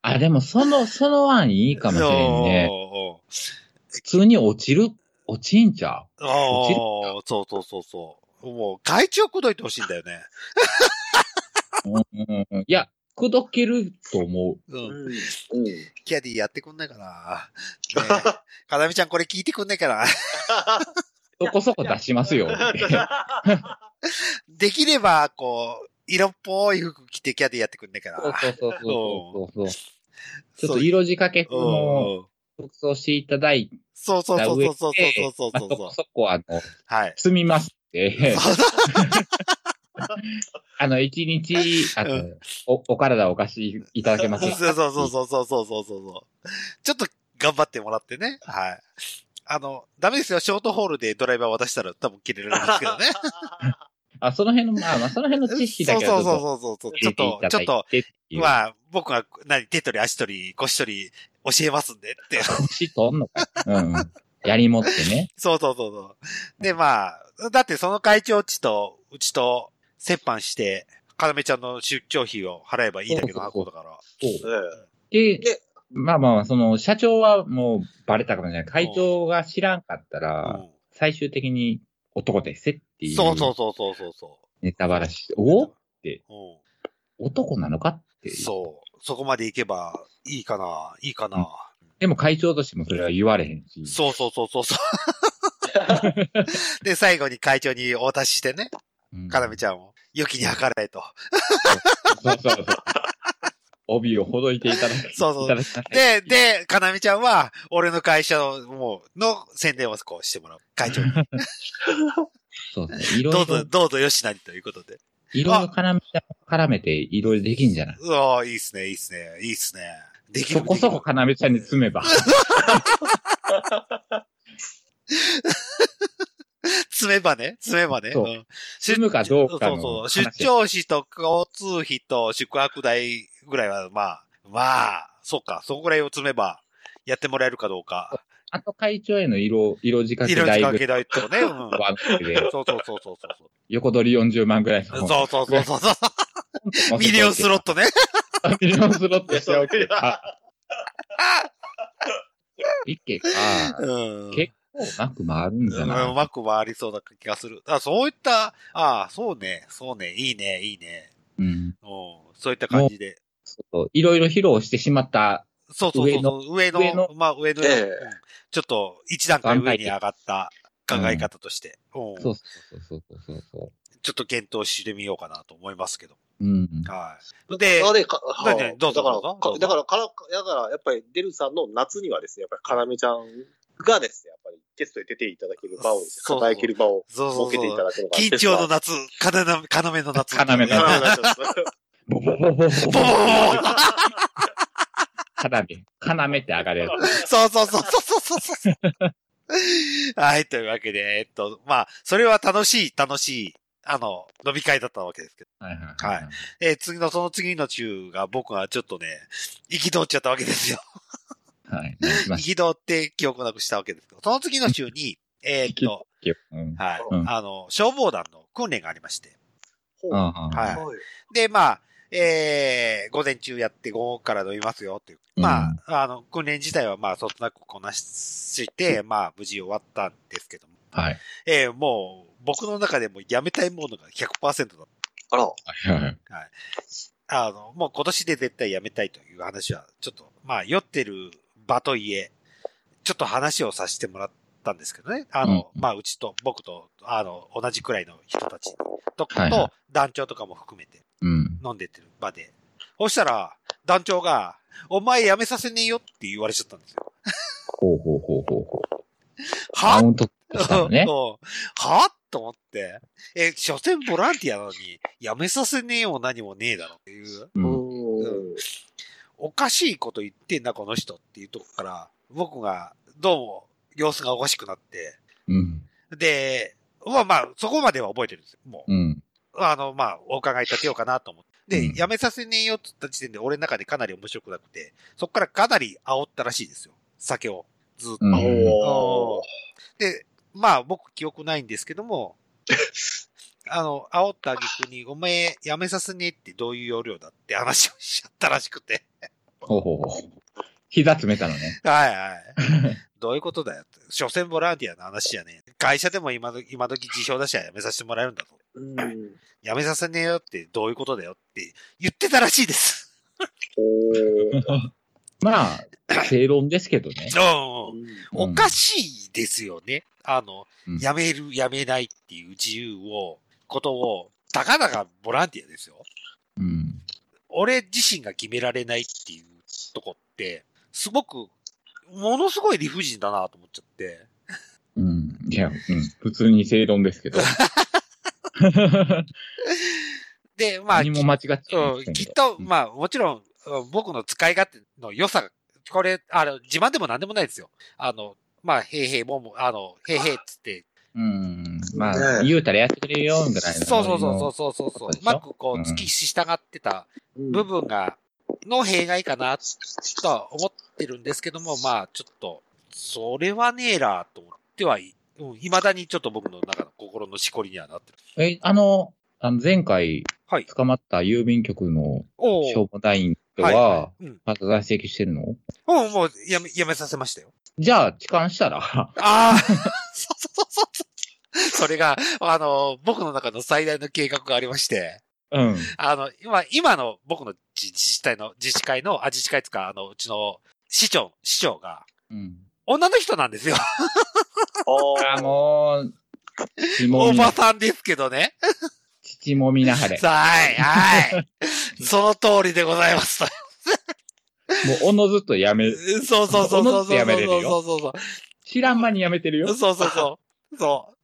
あ、でもその、その案いいかもしれんね。おー普通に落ちる、落ちんちゃおーおーそうそうそうそう。もう、会長くどいてほしいんだよね。う、うんうんうん、いや、くどけると思うん。うん。うん。キャディやってくんないかな。ね [LAUGHS] えかなみちゃんこれ聞いてくんないかな。う。そこそこ出しますよ。できれば、こう、色っぽい服着てキャディやってくんねえかそうら。そうそうそうそうそう。ちょっそうと色仕掛け風のうん服装していただいそうそうたそう上そでう、そうそうそうまそあそうこそこあの、はい。積みますって、あの、一日、あうの、お、お体をお貸しいただけますそう。そうそうそうそうそうそうそう。ちょっと頑張ってもらってね。はい。あの、ダメですよ。ショートホールでドライバー渡したら多分切れるんですけど [LAUGHS] ね。あ、その辺の、まあまあ、その辺の知識だけはちそょうっそうそとうそうそう。ちょっ入れていとた、ちょだっいと、てっていう。まあ、僕が何、手取り足取り腰取り教えますんでって。知とんのか。うんうん。やりもってね。そうそうそうそう。で、まあ、だってその会長っちと、うちと折半して、かなめちゃんの出張費を払えばいいだけの箱だから。でで、まあまあまあ、その、社長はもうバレたかもしれない。会長が知らんかったうら、ん最終的に男ですっていう。。そうそうそうそうそうそうネタバラシ。おう。うん男なのかっていう。そう。そこまで行けばいいかな、いいかな。うんでも会長としてもそれは言われへんし。そうそうそうそうそう。で、最後に会長にお渡ししてね、うんかなみちゃんを。良きに計らえと。そうそうそう。帯をほどいていただき、そうそういただきなさいで、で、かなみちゃんは、俺の会社の、もう、の宣伝をこうしてもらう。会長に。そうですね。いろどういろぞ、、どうぞ、よしなにということで。いろいろ絡めた絡めて、いろいろできんじゃないうわーいいっすね、いいっすね、いいっすね。できる。そこそこ要ちゃんに詰めば。詰めばね、詰めばね。そううん住むかどうかのそうそう。話出張費と交通費と宿泊代ぐらいは、まあ、まあ、そうか、そこぐらいを詰めば、やってもらえるかどうか。あと会長への色、色仕掛いけろいろ代関ぐ係らいないとね。うん。ワンクールで、そうそうそうそうそ横取り40万ぐらいの。う。そうそうそうそうそう。ミリオンスロットね。ット。ミリオンスロットしておけば。いけば、うん。結構うまく回るんじうゃんうなまく回りそうな気がする。あそういった、ああ、そうね、そうね、いいね、いいね。いうん。うん、そういった感じで。そういろいろ披露してしまった。そうそうそうそう、上の、上のまあ上の、ええうんちょっと一段階上に上がった考え方として、うんそうそうそうそうそうそちょっと検討してみようかなと思いますけど。う。うん。はい。で、あれか、何々どうぞだかどうぞらどうかぞ、だから、からだから、やっぱり、デルさんの夏にはですね、やっぱり、カラメちゃんがですね、やっぱり、ゲストに出ていただける場をですそうそうね、叩ける場をそうそう設けていそたう。だくのが、緊張の夏、かなな、かなめの夏。要の夏ベストなカラメちゃんですボボボボボボボボボボただで、要って上がるやつ。そうそうそうそうそうそうそう。はい、というわけで、えっと、まあ、それは楽しい、楽しい、あの、飲み会だったわけですけど。はいははい。えー次の、その次の週が僕はちょっとね、憤っちゃったわけですよ。はい。お願いします。憤って記憶なくしたわけですけど、その次の週 [LAUGHS] に、えーっと、うん。はい、うんあの、消防団の訓練がありまして。ほうああはいで、まあ、えー、午前中やって午後から飲みますよっていう。まあ、あの、訓練自体はまあ、そつなくこなして、まあ、無事終わったんですけども。はい。えーもう、僕の中でもやめたいものが100%だっあら、はいはい。た。あの、もう今年で絶対やめたいという話は、ちょっと、まあ、酔ってる場といえ、ちょっと話をさせてもらったんですけどね。あの、うんまあ、うちと、僕と、あの、同じくらいの人たちと、はいはいと団長とかも含めてうん。飲んでてる場で。そしたら、団長が、お前やめさせねえよって言われちゃったんですよ。ほうほうほうほうほう。はマウントしたの [LAUGHS] ね。そうはと思って。え、所詮ボランティアなのに、やめさせねえよ何もねえだろっていう、う。うんん。おかしいこと言ってんな、この人っていうとこから、僕が、どうも、様子がおかしくなって。うん。で、まあまあ、そこまでは覚えてるんですよ。もうん。う、あの、まあ、お伺い立てようかなと思って。で、うんやめさせねえよって言った時点で、俺の中でかなり面白くなくて、そこからかなり煽ったらしいですよ。酒を。ずっと。うんおー。で、まあ僕記憶ないんですけど [LAUGHS] も、あの、煽った挙句に、お前やめさせねえってどういう要領だって話をしちゃったらしくて。ほうほうほう。膝詰めたのね。はい [LAUGHS] はい。どういうことだよって。所詮ボランティアの話じゃねえ。会社でも今ど今時自称だしはやめさせてもらえるんだと。うん。やめさせねえよってどういうことだよって言ってたらしい [LAUGHS] です。おー。まあ、正論ですけどね。うんうんうおんかしいですよね。あのうん、やめる、やめないっていう自由を、ことを、たかだかボランティアですよ。うん。俺自身が決められないっていうとこって、すごく、ものすごい理不尽だなと思っちゃって。うん。いや、うん。普通に正論ですけど。で、まあ、何もき間違っちゃいまうせんんきっけどと、まあ、もちろん、うん僕の使い勝手の良さが、これ、あの、自慢でも何でもないですよ。あの、まあ、へいへい、もうもう、あの、へいへいっつって、うん。まあ、言うたらやってくれるよ、みたいな。そうそうそうそうそうそうそうでしょうまくこうんう、突き従ってたうん部分が、の弊害かな、とは思ってるんですけども、まあ、ちょっと、それはねえら、と思ってはい、うん、未だにちょっと僕の中の心のしこりにはなってる。え、あの、あの前回、はい捕まった郵便局のお消防隊員とはいは、いうん。また在籍してるのもう、もう、やめ、やめさせましたよ。じゃあ、痴漢したら、 [LAUGHS] ああ [LAUGHS] そうそうそうそう。それが、あの、僕の中の最大の計画がありまして、うん。あの、今、今の僕の自自治体の、自治会の、あ、自治会つか、あの、うちの市長、市長が、うん。女の人なんですよ。おーあ、もう、指お紋、ばさんですけどね。七もみなはれ。さあはい、 [LAUGHS] はい。その通りでございます。もう、おのずとやめ、そうそうそうそおのうそずとう。やめれるよそうそうそう。知らん間にやめてるよ。そうそうそう。そ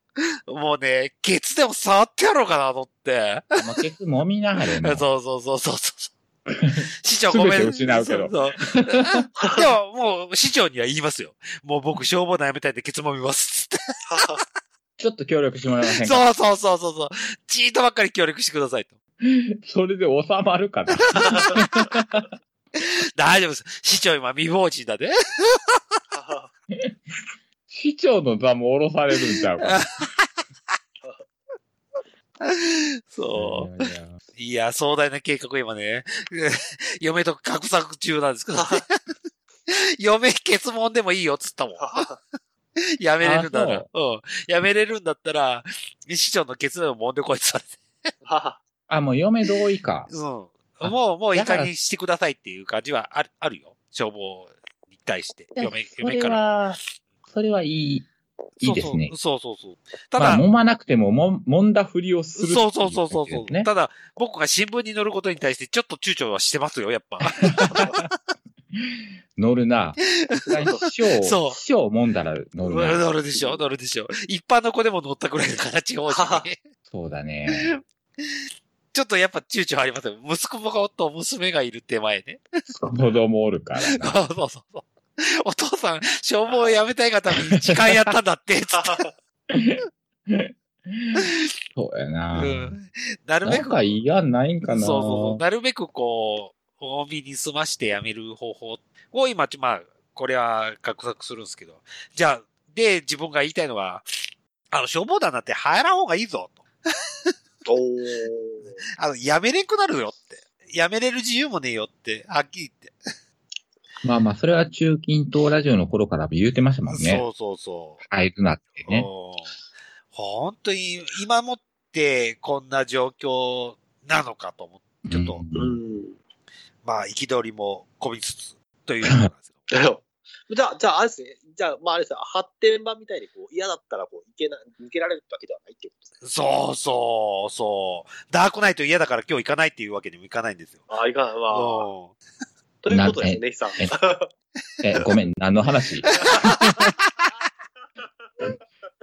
う。もうね、ケツでも触ってやろうかなと思って。もう、結局もみなはれも。そうそうそうそう [LAUGHS] そう。市長全ごてめん。失うけどそうそうでももう市長には言いますよ。もう僕消防団やめたいんでケツもみます。つっちょっと協力してもらえませてんかそうそうそうそうそう。チートばっかり協力してくださいと。それで収まるかな大丈夫です。市長今未亡人だね。市長の座も下ろされるんちゃうかそう。いやいやいやいや、壮大な計画を今ね、 [LAUGHS] 嫁と画策中なんですけど、ね、嫁、結問でもいいよっつったもん。やめれるんだら、うん。やめれるんだったら、市長の結論を揉んでこいって言われて。 [LAUGHS] あ、もう嫁同意か。うあん。もう、もういいだから加減にしてくださいっていう感じはある、あるよ。消防に対して。 [LAUGHS] 嫁、そ嫁れから。は、それはいい、いいですね。そうそうそうそうそう。たまだ、あ、揉まなくても、も、揉んだふりをするっていそうそうそうそう感じそですう、ね。ただ、僕が新聞に載ることに対してちょっと躊躇はしてますよ、やっぱ。乗 [LAUGHS] るな。師匠、そう師匠揉んだら乗るな。乗るでしょ、乗るでしょ。一般の子でも乗ったくらいだから、地方人に。そうだね。ちょっとやっぱ躊躇ありますよ。息子がおっと娘がいる手前 [LAUGHS] ね。子供お [LAUGHS] るからな。そうそうそう。お父さん、消防をやめたいがために時間やったんだ [LAUGHS] って、つって。そうやうな。ん。なるべなくん、か嫌ないんかそうな。そうそう。なるべくこう、大身に済ましてやめる方法を今、まあ、これは画策するんですけど。じゃあ、で、自分が言いたいのは、あの、消防団なんて入らん方がいいぞ、と。 [LAUGHS] おあの、やめれんくなるよって。やめれる自由もねえよって、はっきり言って。まあまあ、それは中近東ラジオの頃から言うてましたもんね。そうそうそう。入るなってね。うん本当に今もってこんな状況なのかと思って、ちょっと、ううんん。まあ、憤りも込みつつ、というところなんですよ。だよ。じゃあ、じゃあ、あれですね。じゃあ、まあ、あれですね。発展版みたいに、こう、嫌だったら、こう、いけな、抜けられるわけではないっていうことですね。そうそう、そう。ダークナイト嫌だから今日行かないっていうわけにもいかないんですよ。ああ、いかんわ。うということですね、ネヒさん。ええ、ごめん、何の話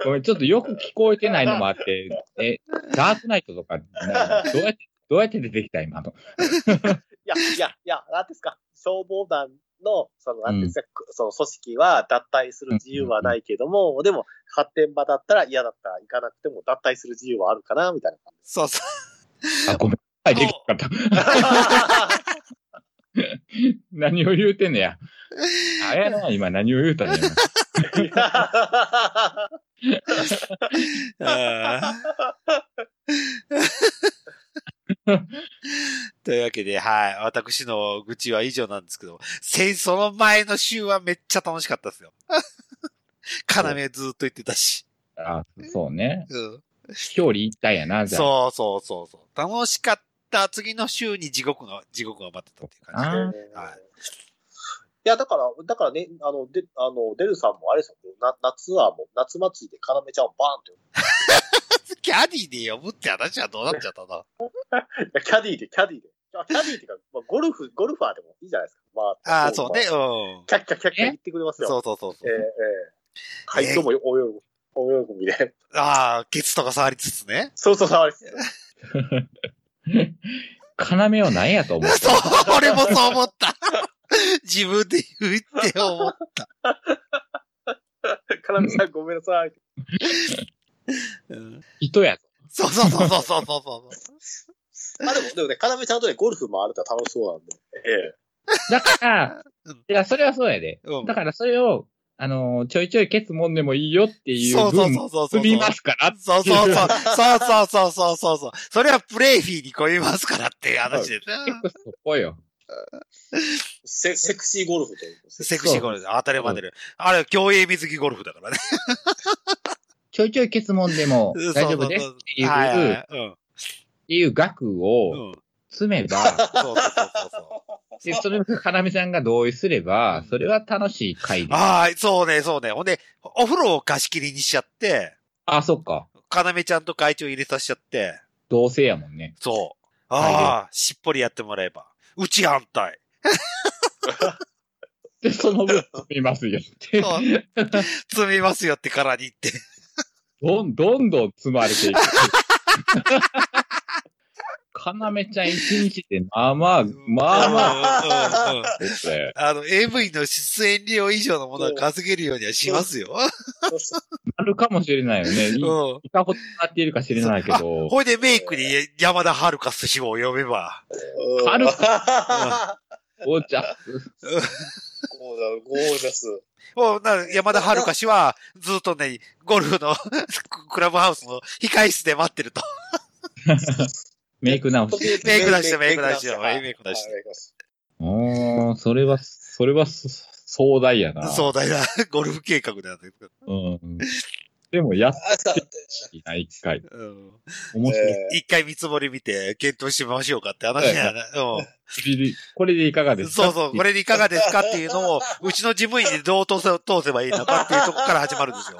ごめん、ちょっとよく聞こえてないのもあって、え、ダークナイトとか、などうやって、どうやって出てきた今の。いや、いや、いや、なんですか、消防団の、その、なんですか、その組織は脱退する自由はないけども、でも、発展場だったら嫌だったら行かなくても脱退する自由はあるかな、みたい [LAUGHS] なそうそあ、ごめん。はい、できなかった。感じ。何を言うてんねや。あやな、今何を言うたんや。いやう。あー [LAUGHS] というわけで、はい。私の愚痴は以上なんですけど、戦争の前の週はめっちゃ楽しかったですよ。 [LAUGHS] 要ずっと言ってたし。あ、そうね。うん。表裏一体やな、じゃあ。そうそうそうそう。楽しかった次の週に地獄が、地獄が待ってたっていう感じ。あはいいや、だから、だからね、あの、で、あの、デルさんもあれですよ、な夏はもう、夏祭りで要ちゃんをバーンって [LAUGHS] キャディで呼ぶって話はどうなっちゃったのいやキャディで、キャディで。あキャディっていうか、まあ、ゴルフ、ゴルファーでもいいじゃないですか。まあ、ああ、そうね。。うん。キャッキャッキャッキャ言ってくれますよ。そうそうそうえそえう。ええはい、どうも、およ、およみで。。ああ、ケツとか触りつつね [LAUGHS] そうそう、触りです。要を何やと思うそう、俺もそう思った。 [LAUGHS] 自分で言うって思う。カナミさん、ごめんなさい。うん人や。そうそうそうそうそうそうそう。あ、でも、でもね、カナミちゃんとね、ゴルフ回ると楽しそうなんで。えだからうん、いや、それはそうやで。うんだからそれを、あのーちょいちょいケツもんでもいいよっていうそうそう分、そうそうそう。積みますからっていそうそうそう。そうそうそうそうそうそう。それはプレイフィーに超えますからっていう話ですね。結構そこよ。えセセクシーゴルフという。セクシーゴルフ、当たり前でる。あれ、競泳水着ゴルフだからね。ちょいちょいケツもんでも大丈夫ですっそうそうていう、はいはいっはいうん。ていう額うをん。詰め [LAUGHS] ば、そうそうそう [LAUGHS] そう。で、それをかなみさんが同意すれば、それは楽しい回です。ああ、そうね、そうね。ほんで、お風呂を貸し切りにしちゃって、あ、そっか。かなめちゃんと会長入れさせちゃって、同性やもんね。そう。ああ、しっぽりやってもらえば。うち反対。で、その分、見ますよって。そう詰めますよってからにって。どんどんどん積まれていく。かなめちゃん一日で、まあまあ、まあまあ、あうんうんうんってあの、AV の出演料以上のものは稼げるようにはしますよ。なるかもしれないよね。ういん。いかほどなっているか知れないけど、ほいでメイクに山田遥かす日を呼べば。軽くか。お茶、ゴーダゴージャス。もうな山田遥か氏は、ずっとね、ゴルフの [LAUGHS] クラブハウスの控室で待ってると。メイク直し。メイク出してメイク出してメイク出してはいメイク出しておー、それは、それはそ壮大やな。壮大なゴルフ計画なんだけど。うん。でも、やっあさてない、一回。うん面白い。一回見積もり見て、検討しましょうかって話やな。これでいかがうでん。すかそうそう、これでいかがですかっていうのを、うちの事務員にどう通せ通せばいいのかっていうとこから始まるんですよ。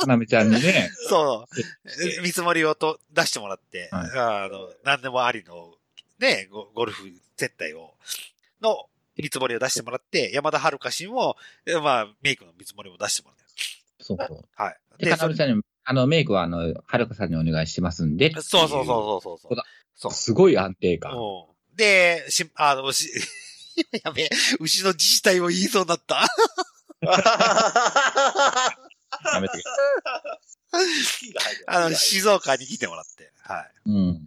かなめちゃんにね。そう。見積もりをと出してもらって、はいあの、何でもありの、ね、ゴゴルフ接待を、の見積もりを出してもらって、山田遥氏も、えまあ、メイクの見積もりも出してもらって。そうそう。はい。で、でかなめちゃんに、あの、メイクは、あの、はるかさんにお願いしますんで。そそうそうそうそうそうこだそう。すごい安定感。うんで、し、あの、し、 [LAUGHS] やべえ、うちの自治体を言いそうになった。やめて。あの、静岡に来てもらって。はうん。い。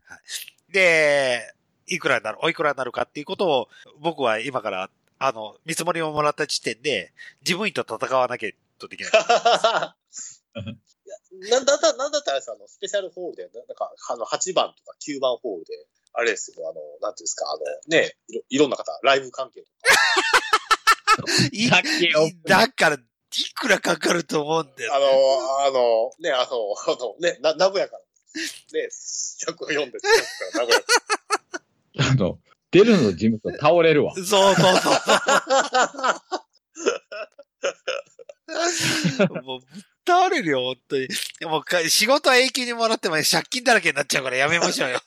で、いくらになる、おいくらになるかっていうことを、僕は今から、あの、見積もりをもらった時点で、事務員と戦わなきゃとできない。いやなんだった、なんだったらさ、あの、スペシャルホールで、ななんか、あの、8番とか9番ホールで、あれですよ、あの、なんていうんですか、あの、ね、いろいろんな方、ライブ関係といだっけよだから、いくらかかると思うんだか、あよ。の、あの、ね、あの、あの、ね、な、名古屋から、ね、104で、名古屋あの、出るの事務所倒れるわ。 [LAUGHS] そうそうそう。もう、ぶっ倒れるよ、本当に。もうか、仕事は永久にもらっても借金だらけになっちゃうからやめましょうよ。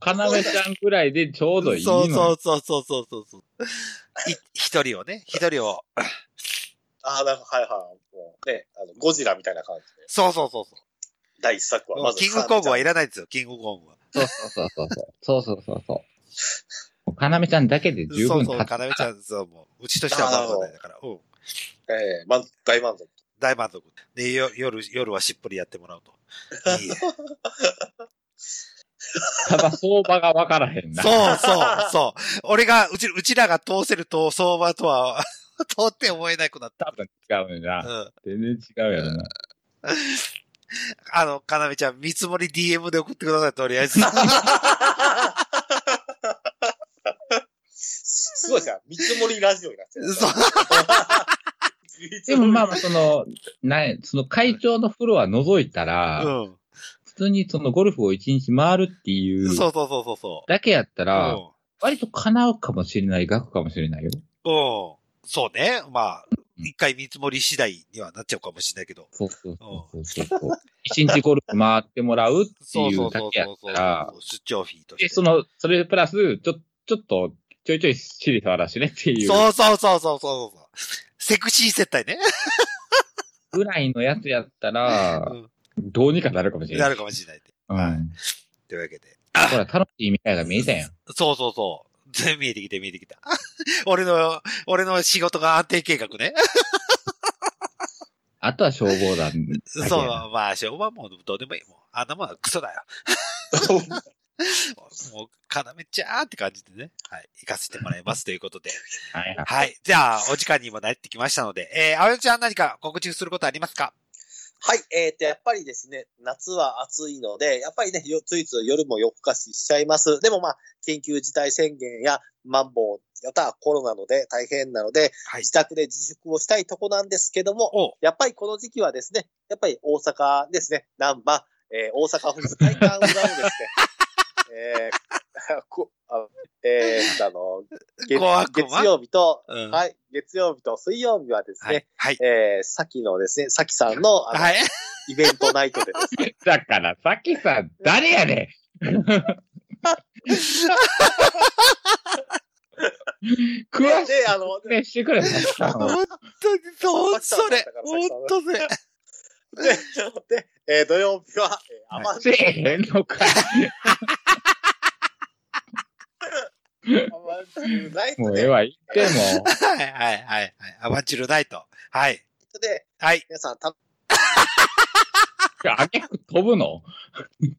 かなめちゃんくらいでちょうどいいそうその。うそうそうそうそうそう。い一人をね、一人を。ああ、なんか、はいはい。もうね、あの、ゴジラみたいな感じで、そうそうそうそう。第一作は、まず、キングコングはいらないですよ、キングコングは。そうそうそうそう。そうそうそうそう。かなめちゃんだけで十そう分そう、立かなめちゃん、そう、もう、うちとしてはまだまだだから、うん。ええ満大満足。大満足。で、よ夜、夜はしっぽりやってもらうと。いいねただ相場がわからへんな。そうそう、そう。俺が、うち、うちらが通せると、相場とは、通って思えなくなっ多分違うた。うな。ん。全然違うやろな。あの、かなめちゃん、見積もり DM で送ってください、とりあえず。すごいじゃん。見積もりラジオになってる。そうでも [LAUGHS] まあまあ、その、ない、その会長のフロア覗いたら、うん。普通にそのゴルフを一日回るっていうそうそうそうそうそだけやったう。ら、割と叶うかもしれない額かもしれないよ。うん。うん。そうね。まあ、うん一回見積もり次第にはなっちゃうかもしれないけど。そうそうそうそうそう。 [LAUGHS] 一日ゴルフ回ってもらうってそういそううそだうけやっそうたら、。出張費として。で、その、それプラス、ちょ、ちょっと、ちょいちょいシリ触らしてねっていうそうそうそうそうそうそう。セクシー接待ね。ぐらいのやつやったらう、んどうにかなるかもしれなない。るかもしれないって。うん。というわけで。ほら、楽しい未来が見えたやん。そうそうそう。全見えてきて見えてきた。 [LAUGHS] 俺の、俺の仕事が安定計画ね。あとは消防団だけ [LAUGHS] やそな。う、まあ、しょうはもうどうでもいい。もう、あんなもんはクソだよ。もう、要ちゃーって感じでね。はい。行かせてもらいますということで。はいはいはい。じゃあ、お時間にもなってきましたので、えー、あおよちゃん何か告知することありますかはい、えー、と、やっぱりですね、夏は暑いので、やっぱりね、よついつい夜も夜更かししちゃいます。でもまあ、緊急事態宣言や、マンボウ、またはコロナので大変なので、はい自宅で自粛をしたいとこなんですけども、おやっぱりこの時期はですね、やっぱり大阪ですね、難波、えー大阪府立体育館裏をですね、 [LAUGHS] えーこあのえーあの、月小悪魔月曜日と、うん。はい、月曜日と水曜日はですはいね、。はい。えー、さきのですね、さきさんのあの、はい。イベントナイトでですね、だから、さきさん、誰やねん [LAUGHS] 詳しで、あくの、説明してくれ、さきさんを本当に、 [LAUGHS] そう、さっそきさんれだか。ら本当それ。で、でえー土曜日は、えー、アはいマンせえへんのかい。アマンジュナイもトうええで、わ、言っても。はい、はい、はい。 [LAUGHS] はいアバチュルナイト。はい。で、はい。皆さん、たあげく飛ぶので、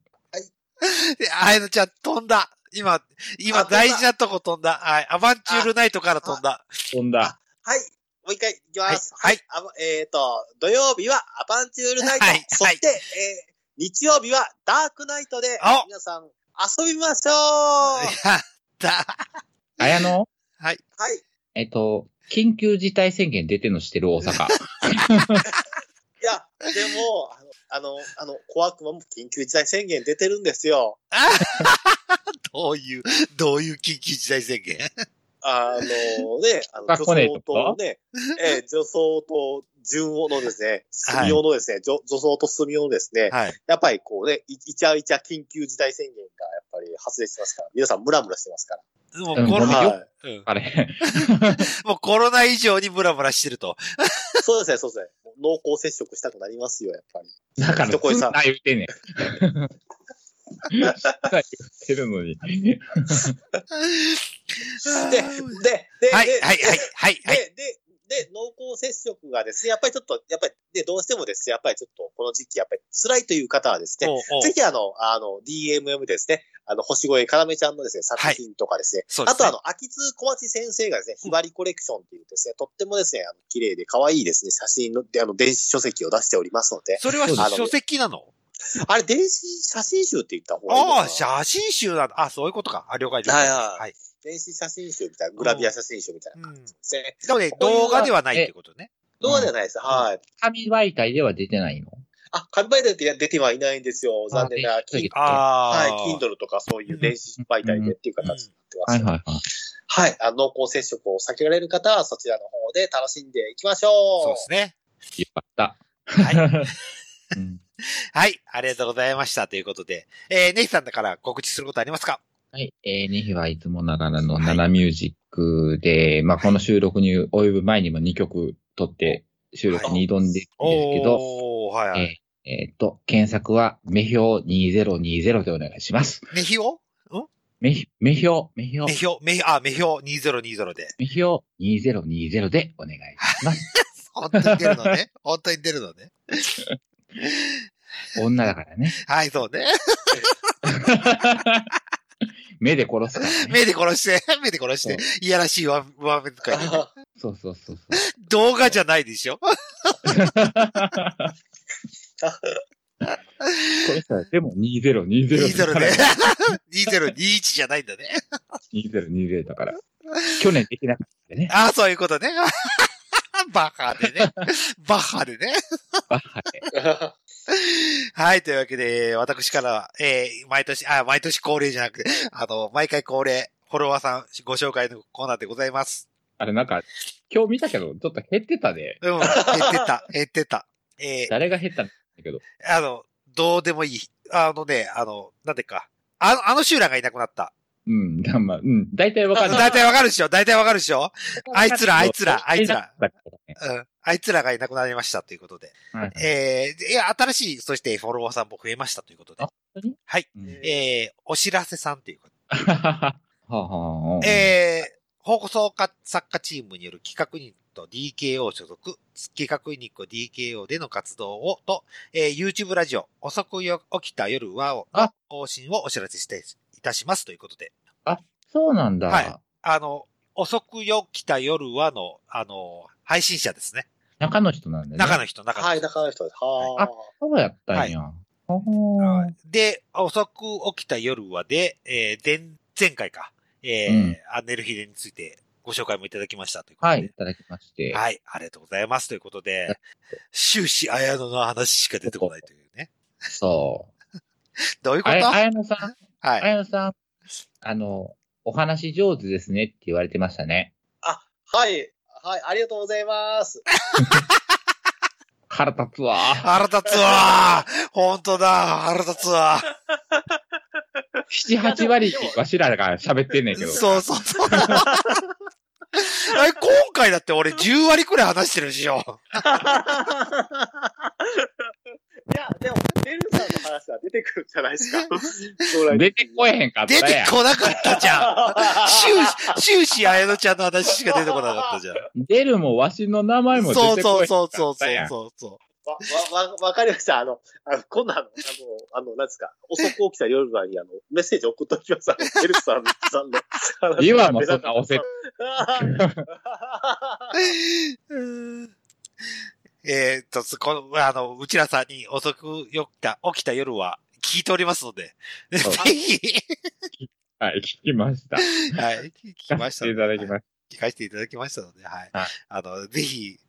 あやのちゃん飛んだ。今、今あ飛んだ大事なとこ飛んだ。はい。アバンチュールナイトから飛んだ。飛んだ。はい、もう一回いきます。はいあまえっ、と、土曜日はアバンチュールナイト、はいそして、えー日曜日はダークナイトであ、皆さん遊びましょうはやった。 [LAUGHS] あやのい。えっと、緊急事態宣言出てんのしてる大阪。いや、でも、あの、あの、あの、小悪魔も緊急事態宣言出てるんですよ。どういう、どういう緊急事態宣言あのね、あの、あ女来ねえ装ととね、えー女装と純王のですね、はい純王のですね、女女装と純王のですね、はい。やっぱりこうね、いいちゃいちゃ緊急事態宣言がやっぱり発令してますから、皆さんムラムラしてますから。もううんコロナ、はいうんあれ。もうコロナ以上にブラブラしてると。 [LAUGHS] そうですね、そうですね。もう濃厚接触したくなりますよ、やっぱり。だから、一声そんさな言ってん [LAUGHS] ねん。そんな言ってるのに。で、で、で、はい、ではい、はい、はい、で、はい。で、で、濃厚接触がですね、やっぱりちょっと、やっぱり、で、どうしてもですね、やっぱりちょっと、この時期、やっぱり辛いという方はですね、おうおうぜひあの、あの、DMM ですね、あの、星越かなめちゃんのですね、作品とかですね、そうであすとねあの、秋津小町先生がですね、ひばりコレクションっていうですね、とってもですね、あの綺麗で可愛いですね、写真の、であの、電子書籍を出しておりますので、それはそうです書籍なのあれ、電子写真集って言った方がいいのかなああ、写真集なんだ。あ、そういうことか。あ、了解了はい解。はいはい。電子写真集みたいな、グラビア写真集みたいなう感んじ。ですね。でもね、動画ではないってことね。どうじゃないです。はい。紙媒体では出てないのあ、紙媒体で出てはいないんですよ。残念な。電子書籍ってはあはあ。い、Kindle とかそういう電子媒体でっていう形になっいてます。はいはい。はい、あの濃厚接触を避けられる方はそちらの方で楽しんでいきましょう。そうですね。よかった。。はいうんはい。ありがとうございました。ということで。えー、ネヒさんだから告知することありますかはい。えー、ネヒはいつもながらのナナミュージックで、まあ、この収録に及ぶ前にも2曲撮って、収録に挑んでるんですけど、おー、はいはい。えーっと、検索は、メヒョ2020でお願いします。メヒオメヒ、メヒョ、メヒョメ、ヒオ、メヒ、あ、メヒオ2020で。メヒョ2020でお願いし [LAUGHS] ます。本当に出るの [LAUGHS] ね。本当に出るのね。女だからね。はい、そうね。目で殺すからね。目で殺して、目で殺して。いやらしいわ、わめ使い [LAUGHS] で。あそうそうそうそう。動画じゃないでしょこれさ、でも2020 ?20 だかで [LAUGHS] ら。。 2021じゃないんだね。 2020だから。去年できなかった [LAUGHS] んでね。ああ、そういうことね。バカでね。バカでね。バッハで。はい、というわけで、私から、えー毎年、あ、毎年恒例じゃなくて、あの、毎回恒例、フォロワーさんご紹介のコーナーでございます。あれなんか、今日見たけど、ちょっと減ってたで。うん、減って [LAUGHS] た、減ってた。え誰が減ったんだけど。ーあの、どうでもいい。あのね、あの、なんでか。あの、あの集団がいなくなった。うん、だまあ、うん、大体わかる。大体わかるでしょ大体わかるでしょあいつらあいつらあいつらだからね。うん。あいつらがいなくなりましたということで。はいえーいや、新しい、そしてフォロワーさんも増えましたということであ。本当にはい。うんえーお知らせさんということではあはあえー、放送家作家チームによる企画ユニット DKO 所属、企画ユニット DKO での活動をと、えー YouTube ラジオ、遅くよ起きた夜はをのあ更新をお知らせしていたしますということで、そうなんだ。はいあの、遅くよ起きた夜はの、あの、配信者ですね。中の人なんだね。中の人、中の人。はい、中の人です。はそうやったんや。ほほーはいで、遅く起きた夜はで、えー前、前回か、えーうんアンネルヒデについてご紹介もいただきましたということで。はい、いただきまして。はい、ありがとうございます。ということで、終始綾野の話しか出てこないというね。そう。どういうこあとや、あはやのさん、あい。やのさん、あの、お話上手ですねって言われてましたね。あ。はい。はい、ありがとうござい [LAUGHS] ます。腹立 [LAUGHS] つわ。腹立つわー本当だ腹立つわー七八割わしらが喋ってんねんけど。そうそう [LAUGHS] そう。あれ、今回だって俺10割くらい話してるでしょ。いや、でも、てるさんの話は出てくるんじゃない [LAUGHS] ですか。将来的に出てこえへんかった出やん。てこなかったじゃん。 [LAUGHS] 終終始、あやのちゃんの話しか出てこなかったじゃん。出るもわしの名前も出そうてこそえへうんかそうったやん。そうそうそうそう。わ、わ、わ、わかりました。あの、あの、こんなの、あの、あの、なんですか、遅く起きた夜はに、あの、メッセージ送っときます。あの、エルフさんさんの [LAUGHS] 話。今もそんなおせっうーんえっと、そこの、あの、うちらさんに遅く起きた、起きた夜は聞いておりますので、ぜそうひ、はい、聞きました。はい、聞きました聞ので。いただきまし聞かせていただきましたので、はい。はいあの、ぜひ、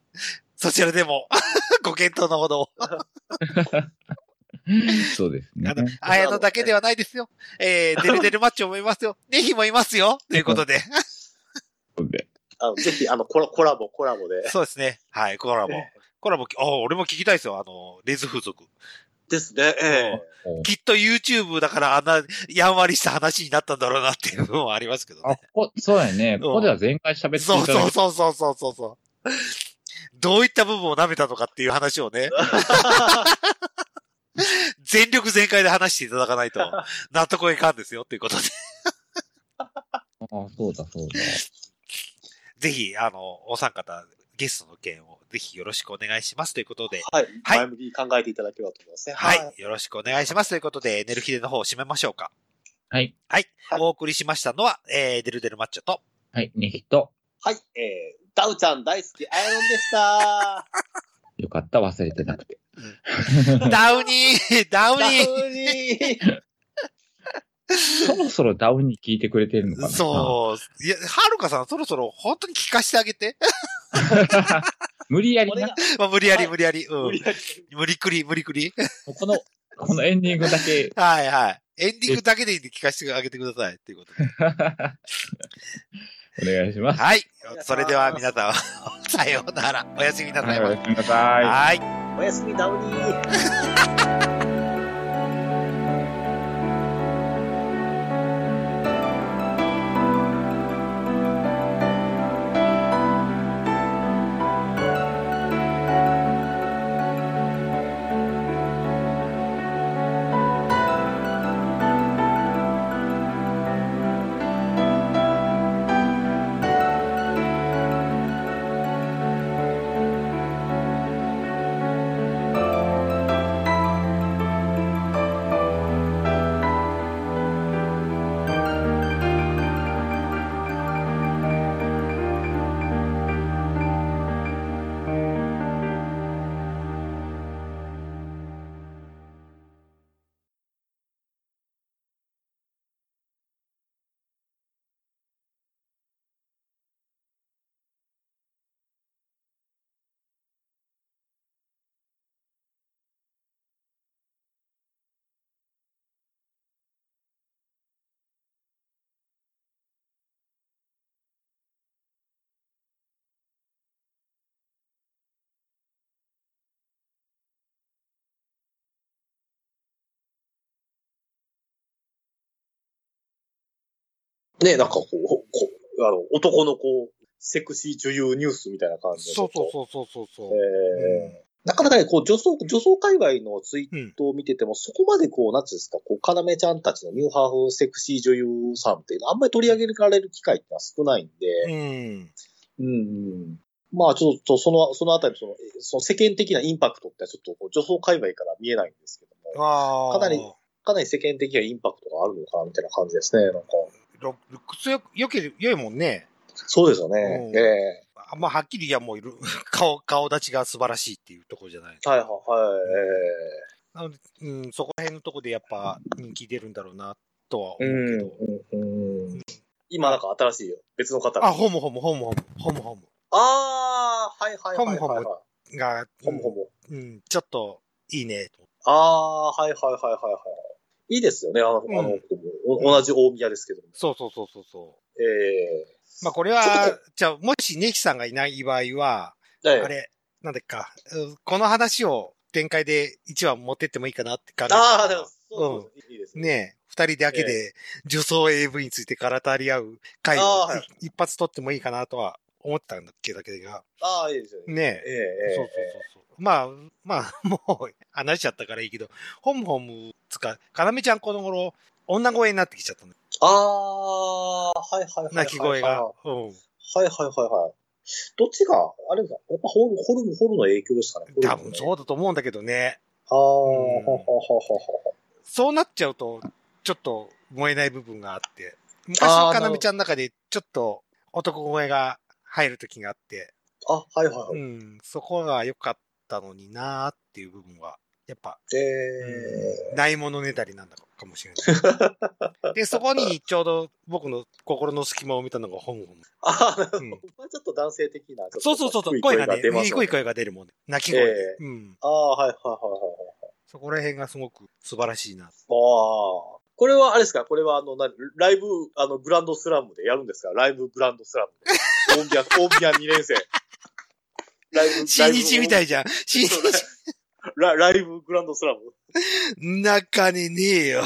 そちらでも、 [LAUGHS] ご検討のほどを。た。そうですねあ。の、あやのだけではないですよ。えー、デルデルマッチもい [LAUGHS] ますよ。ネヒもいますよ。ということで。そうであの、ぜひ、あの、コラコラボ、コラボで。そうですね。はい、コラボえ。コラボ、あ、俺も聞きたいですよ。あの、レズ風俗。ですね、ええ。おきっと YouTube だからあんな、やんわりした話になったんだろうなっていうのもありますけどあね。、こ、そうだよね。ここでは前回喋っていたそうだそういてそうそうそうそうそう。どういった部分を舐めたのかっていう話をね、全力全開で話していただかないと、納得いかんですよっていうことで、あ、そうだそうだ。ぜひ、あの、お三方、ゲストの件をぜひよろしくお願いしますということで、はい。はい前向きに考えていただければと思いますね。はい。よろしくお願いします。ということで、エネルヒデの方を締めましょうか。はい。はい。はいお送りしましたのは、えー、デルデルマッチョと、はい、ねひと。はい。えー、ダウちゃん大好き、あやのんでした。よかった、忘れてなくて。ダウニーダウニーダウニー。そろそろダウンに聞いてくれてるのかなそう。いや、はるかさん、そろそろ本当に聞かしてあげて。 [LAUGHS] 無理やりこれなが。、まあ、無理やり、はい無理やり。う無ん理。やり無理くり、無理くり。。この、このエンディングだけはいはい。エンディングだけでいいんで聞かせてあげてください。というこ [LAUGHS] とで。お願いします。はいりがとうございま。すそれでは皆さん、 [LAUGHS] さようなら。おやすみなさいおませ。やすみなさい。はい。おやすみ、ダウニー。ね、なんかこう、こうあの男のこう、セクシー女優ニュースみたいな感じで。そうそうそうそうそううそえう。ーなかなかね、こう、女装、女装界隈のツイートを見てても、そこまでこう、なんつうんですか、こう、かなめちゃんたちのニューハーフセクシー女優さんっていうのは、あんまり取り上げられる機会ってのは少ないんうで、ん。うん、うん。まあ、ちょっと、その、そのあたり、その、えその世間的なインパクトって、ちょっとこう、女装界隈から見えないんですけども、あーかなりかなり世間的なインパクトがあるのかな、みたいな感じですね、なんか。ロルックスよ、よけ、良いもんね。そうですよね。うんええあんまはっきり、いや、もういる、 [LAUGHS] 顔、顔立ちが素晴らしいっていうところじゃない。はいはいはい。なので、うん、そこら辺のとこでやっぱ人気出るんだろうな、とは思うええけど。うんうんうん今なんか新しいよ。別の方が。あ、あホムホム、ホムホム、ホムホあー、はいはいはいはい、はい。ほんもほんも。ムが、ほんもほんも。うん、うんちょっと、いいね。あー、はいはいはいはいはい。いいですよね。あの、うんあのお同じ大宮ですけども。そうそうそうそうそええまあこれは、じゃあもしネキさんがいない場合は、ええあれ、なんだっけか、うんこの話を展開で1話持ってってもいいかなって感じ。ああ、でも、そうそういいですね。ねえ、二人だけで女装 AV についてからたり合う回をああはい一発撮ってもいいかなとは思ったんだっけだけが。ああ、いいですよね。ねええ。えそうそうそうそう。まあ、まあ、 [LAUGHS] もう話しちゃったからいいけど、ホムホムつか、かなめちゃんこの頃、女声になってきちゃったの。ああ、はいはいはいはいはい。泣き声が。うん。はいはいはいはい。どっちが、あれですかやっぱホルホルム、ホルムの影響ですかね。多分う。そうだと思うんだけどね。ああ、うはんはははは。そうなっちゃうと、ちょっと燃えない部分があって、昔あのーかなめちゃんの中で、ちょっと男声が入る時があって、あ、はいはいはうい。ん、そこが良かったのになーっていう部分は、やっぱ、えうんないものねだりなんだかもしれ [LAUGHS] ない。で、そこにちょうど僕の心の隙間を見たのが本を。ああ、なるほうん [LAUGHS] ど。まあちょっと男性的な。ちょっとそうそうそうそう、低い声がね、出ますよ低い声が出るもんね。泣き声で。えうん。ああ、はいはいはいはいはい。そこら辺がすごく素晴らしいな。ああ。これはあれですかこれはあの、なライブ、あの、グランドスラムでやるんですかライブグランドスラムで。 [LAUGHS] 大宮、大宮2年生。ライブ、新日みたい。いじゃん。新日そうねラライブグランドスラム。 [LAUGHS] 中にねえよ。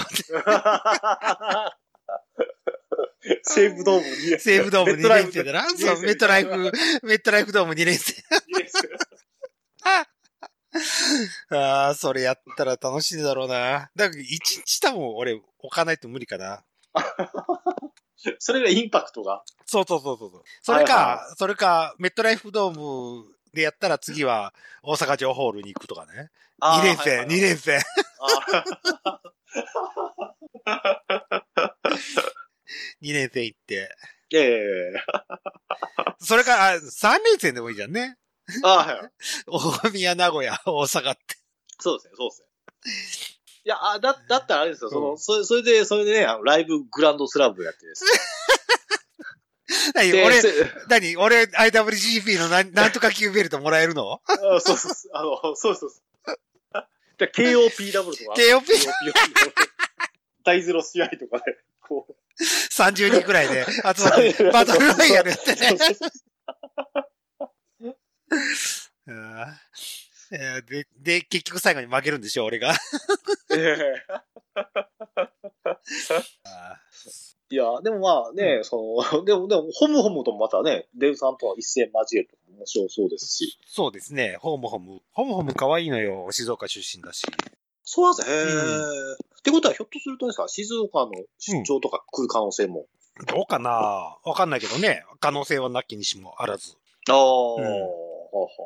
西武ドーム2西武ドーム2連戦だな。メットライフそう、メットライフ、メットライフドーム2連戦。年生。ああ、それやったら楽しいだろうな。だから1日多分俺置かないと無理かな。 [LAUGHS] それがインパクトが。そうそうそうそうそう。それか、はいそれか、メットライフドームでやったら次は大阪城ホールに行くとかね。2連はいは戦、い2連戦。あ2連戦行って。ーええそれか、あ3連戦でもいいじゃんね。あーはい。大宮、名古屋、大阪って。そうですね、そうですね。いや、あだ、だったらあれですよ、その、うんそれ、それで、それでね、あのライブグランドスラムやってですね。何 [LAUGHS] で俺せ、何俺、IWGP のなんなんとか級ベルトもらえるのあそうそうそう、あの、そうそうそう。で KOPW とか。 ?KOP [LAUGHS] 大ゼロ試合とかで、こう。 [LAUGHS] 30人くらいで集まって、バトルロイヤルやってね。そうそうそううんえーで、で、結局最後に負けるんでしょ、俺が。ええいや、でもまあね、その、でも、でも、ホムホムともまたね、デブさんとは一戦交えるとか面白そうですし。そうですね、ホームホーム。ホームホーム可愛いのよ、静岡出身だし。そうなんですね。へえ、ってことは、ひょっとするとですか、静岡の出張とか来る可能性も。どうかなわかんないけどね、可能性はなきにしもあらず。ああ、うんはははは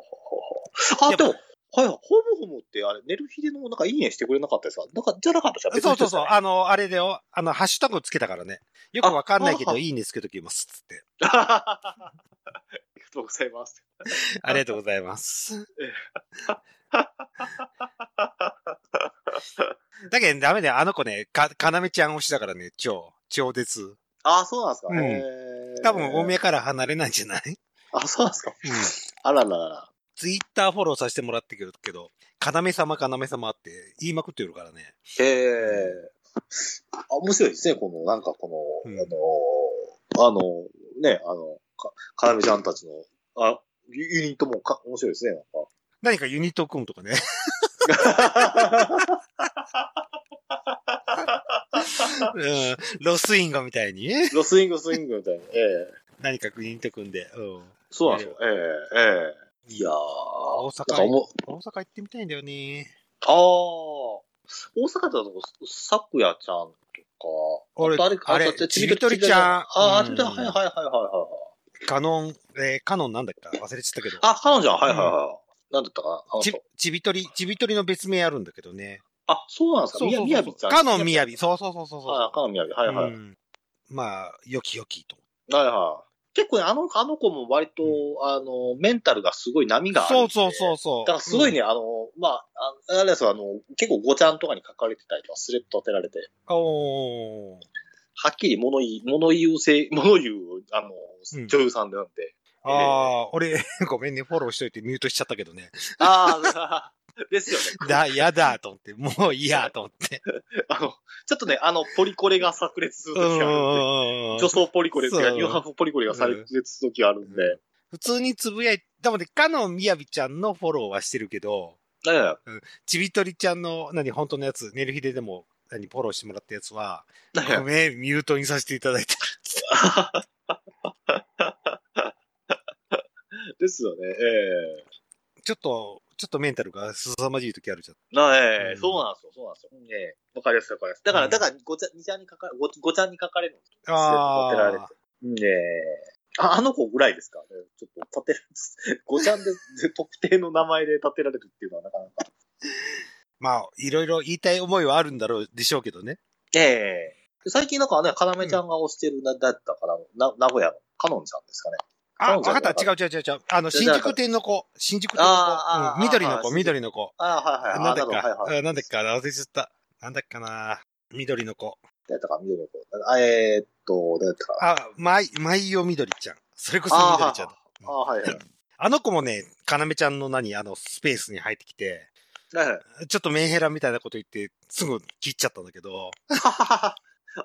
はあ、ででもも、はいはい、ホムホムってあれ、寝る日でのなんかいいねしてくれなかったですかなんか、じゃなかったですかそうそうそう、ああの、あれだよ、あの、ハッシュタグつけたからね。よくわかんないけど、あいいんですけど、きます、つって。りがとうございます。ありがとうございます。 [LAUGHS] だけどダメだよ、あの子ね、か、かなめちゃん推しだからね、超、超絶。ああ、そうなんですか。うんへえ多分、大宮から離れないんじゃ [LAUGHS] ないあ、そうなんですか。うん。あらららら。ツイッターフォローさせてもらってるけど、かなめ様かなめ様って言いまくってるからね。ええあ、面白いですね、この、なんかこの、うんあの、あの、ね、あの、か、かなめちゃんたちの、あ、ユユニットもか、面白いですね、なんか。何かユニットを組むとかね。うん。ロスインゴみたいに。ロスイングスイングみたいな。ええ何かユニット組んで。うん。そうなんですよ。ええええいやー。大阪なんかもう大阪行ってみたいんだよね。ああ。大阪だと、さくやちゃんとか。俺とあれちびとりちゃんああー、ちうんびとりはいはいはいはいはい。カノン、えーカノンなんだっけか忘れちゃったけど。あ、彼女は、はいはいはい。なんだったかなあのち人、ちびとり、ちびとりの別名あるんだけどね。あ、そうなんですかそうみそうそやうみやびちゃん。カノンみやび。び。そうそうそうそうそう。はい、カノンみやび。はいはい。うんまあ、よきよきと。はいはい。結構ね、あの、あの子も割と、あの、メンタルがすごい波があるそうんで。そうそうそう。だからすごいね、あの、まあ、ああれですよあの、結構ごちゃんとかに書かれてたりとか、スレッド当てられて、うん。おー。はっきり物言い、物言うせい、 [LAUGHS] 物言う、あのうん、女優さんでなん [LAUGHS] で。ああ、俺、ごめんね、フォローしといてミュートしちゃったけどね。ああ、ですよね。 [LAUGHS] だ、やだと思って、もう嫌と思って。あの、ちょっとね、あの、ポリコレが炸裂するうんうん時うがあるんで。んうん女装ポリコレっていうか、そうニューハーフポリコレが炸裂する時があるんで。う普通につぶやいて、でもね、かのみやびちゃんのフォローはしてるけど、だからちびとりちゃんの、何、本当のやつ、寝る日ででも、何、フォローしてもらったやつは、だかごめん、ミュートにさせていただいた。らですよね。ええちょっと、ちょっとメンタルが凄まじい時あるじゃん。なええうんそうなんですよ、そうなんですよ。ええわかりやすい、わかりやすい。だから、うんだから、ごちゃ、にちゃんにかかる、ごごちゃんにかかれるんですよ。立てられあて。うんええあ、あの子ぐらいですかね。ちょっと立てられ、ごちゃんで、で特定の名前で立てられるっていうのはなかなか。まあ、いろいろ言いたい思いはあるんだろうでしょうけどね。ええ最近なんかね、かなめちゃんが推してるな、だったから、な、名古屋の、かのんさんですかね。あ、そうわじゃかなっいた。違う違う違う違う。あの、じ新ゃあ宿店の子。新宿店のあーあー子。あうーん緑のあー子、新宿緑の子。ああ、はいはい、なんだっけあなるほどか。はいはい。うんなんだっけか。忘れちゃった。なんだっけかな。緑の子。誰だったか、緑の子。あえーっと、誰だったか。あ、舞、舞よ緑ちゃん。それこそあー緑ちゃんだ。ああ、はいはい。あの子もね、かなめちゃんの何、あの、スペースに入ってきて、はいはい。ちょっとメンヘラみたいなこと言って、すぐ切っちゃったんだけど、あ、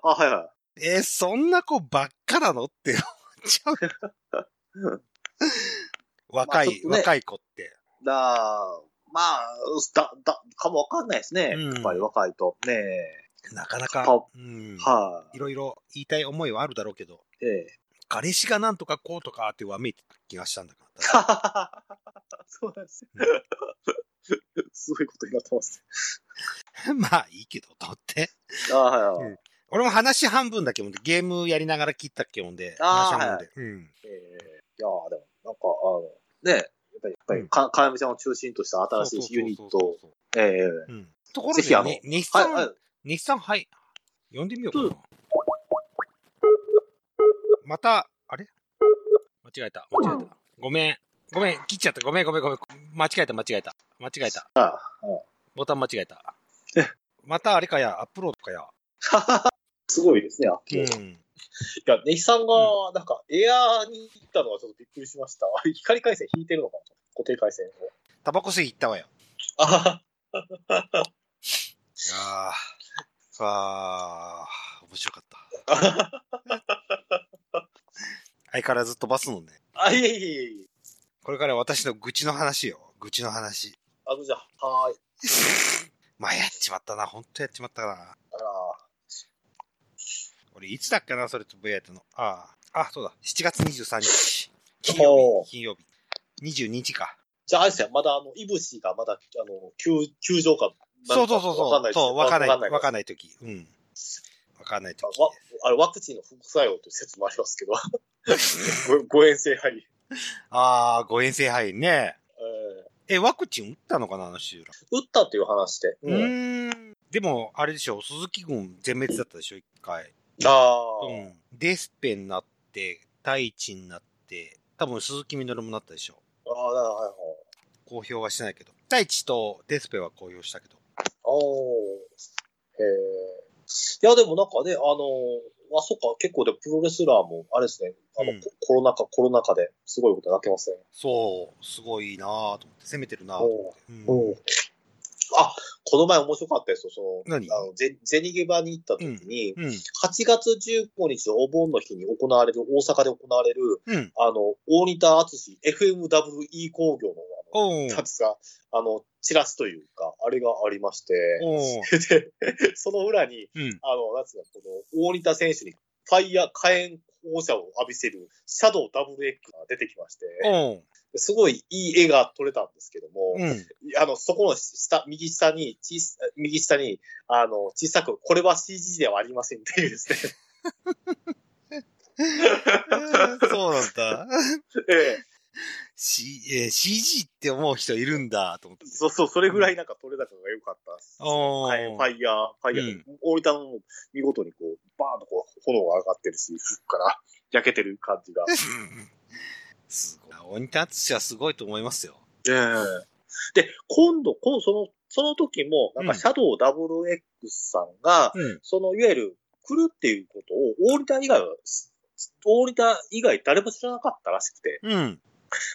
はいはい。えーそんな子ばっかなのって思っちゃう。 [LAUGHS] 若まあちょっい、とね若い子って。だ、まあ、だ、だ、かもわかんないですね。うんやっぱり若いと。ねえ。なかなか顔、うんはい、いろいろ言いたい思いはあるだろうけど、ええ。 [LAUGHS] 彼氏がなんとかこうとかってわめいてた気がしたんだから。そうなん [LAUGHS] ですうね。すごいことになってます。 [LAUGHS] まあいいけど、と思って。あはいはい。うん俺も話半分だけもんで、ゲームやりながら切ったっけもんで、あ話ー半分で。うん。ええいやーでも、なんか、あの、ねえ、やっぱうり、やっんぱり、か、かやみちゃんを中心とした新しいユニットト。を。ええうん。ところぜひあで、ね、の日はい、はい産、。日産、はい。呼んでみよううかな。また、あれ間違えた、間違えた。ごめん。ごめん、切っちゃった。ごめん、ごめん、ごめん。間違えた、間違えた。間違えた。ああボタン間違えたえ。またあれかや、アップロードかや。すごいですね。あういん。や、ネヒさんが、なんか、エアーに行ったのはちょっとびっくりしました。光回線引いてるのかな固定回線を。タバコ吸い行ったわよ。あああ。ああ、面白かった。相変わらず飛ばすのね。あ、いえいえいえいえ。これから私の愚痴の話よ。愚痴の話。あの、じゃあ、はーい。まあ、やっちまったな。ほんとやっちまったかな。あら、俺、いつだっけな、それつぶやいたの。ああ。あ、そうだ。7月23日。金お曜ー日。金曜日。22時か。じゃあ、あれですよ、まだ、あの、イブシがまだ、あの、球、球場か。なそんうそうそうわかんそ。ないうですそう、わかんない。わかんんないとき。うん。わかんないとあわあれ、ワクチンの副作用という説もありますけど。 [LAUGHS] ご、ご遠征入り。ああ、誤嚥性肺炎ね。えーえ、ワクチン打ったのかな、あの人ら。打ったっていう話で。うーん。でも、あれでしょ、鈴木軍全滅だったでしょ、一回。ああ、うん。デスペになって、太一になって、多分鈴木みのるもなったでしょ。ああ、なるほど。公表はしてないけど。太一とデスペは公表したけど。おー。へえ。いや、でもなんかね、あのー、あ、そっか、結構で、プロレスラーも、あれですね、あの、うんココロナ禍、コロナ禍ですごいことになってますね。そう、すごいなぁと思って、攻めてるなぁと思って。うんうん。あ、この前面白かったですよ、その、何あのゼゼニゲバに行った時に、うん。 8月15日のお盆の日に行われる、大阪で行われる、うん。あの、大仁田厚 FMWE 工業の、あおの、ーなんですか、あの、チラシというか、あれがありまして、おーで、その裏に、うん。あの、なんつうの、この、大仁田選手に、ファイヤー火炎放射を浴びせる、シャドウダブルエッグが出てきまして、おーすごいいい絵が撮れたんですけども、うん。 [LAUGHS] あの、そこの下、右下に、小さ右下に、あの、小さく、これは CG ではありませんっていうですね。そうなんだ。ええ C えー CG って思う人いるんだと思って。 [LAUGHS] そうそう、それぐらいなんか撮れ高が良かったです。おはい、ーファイヤー、ファイヤーで、大分も見事にこう、バーンとこう、炎が上がってるし、服から焼けてる感じが。すごい。鬼田敦はすごいと思いますよ。ええで、今度、今その、その時も、なんか、うんシャドウ WX さんが、うん。その、いわゆる、来るっていうことを、大仁田以外は、大仁田以外誰も知らなかったらしくて、うん。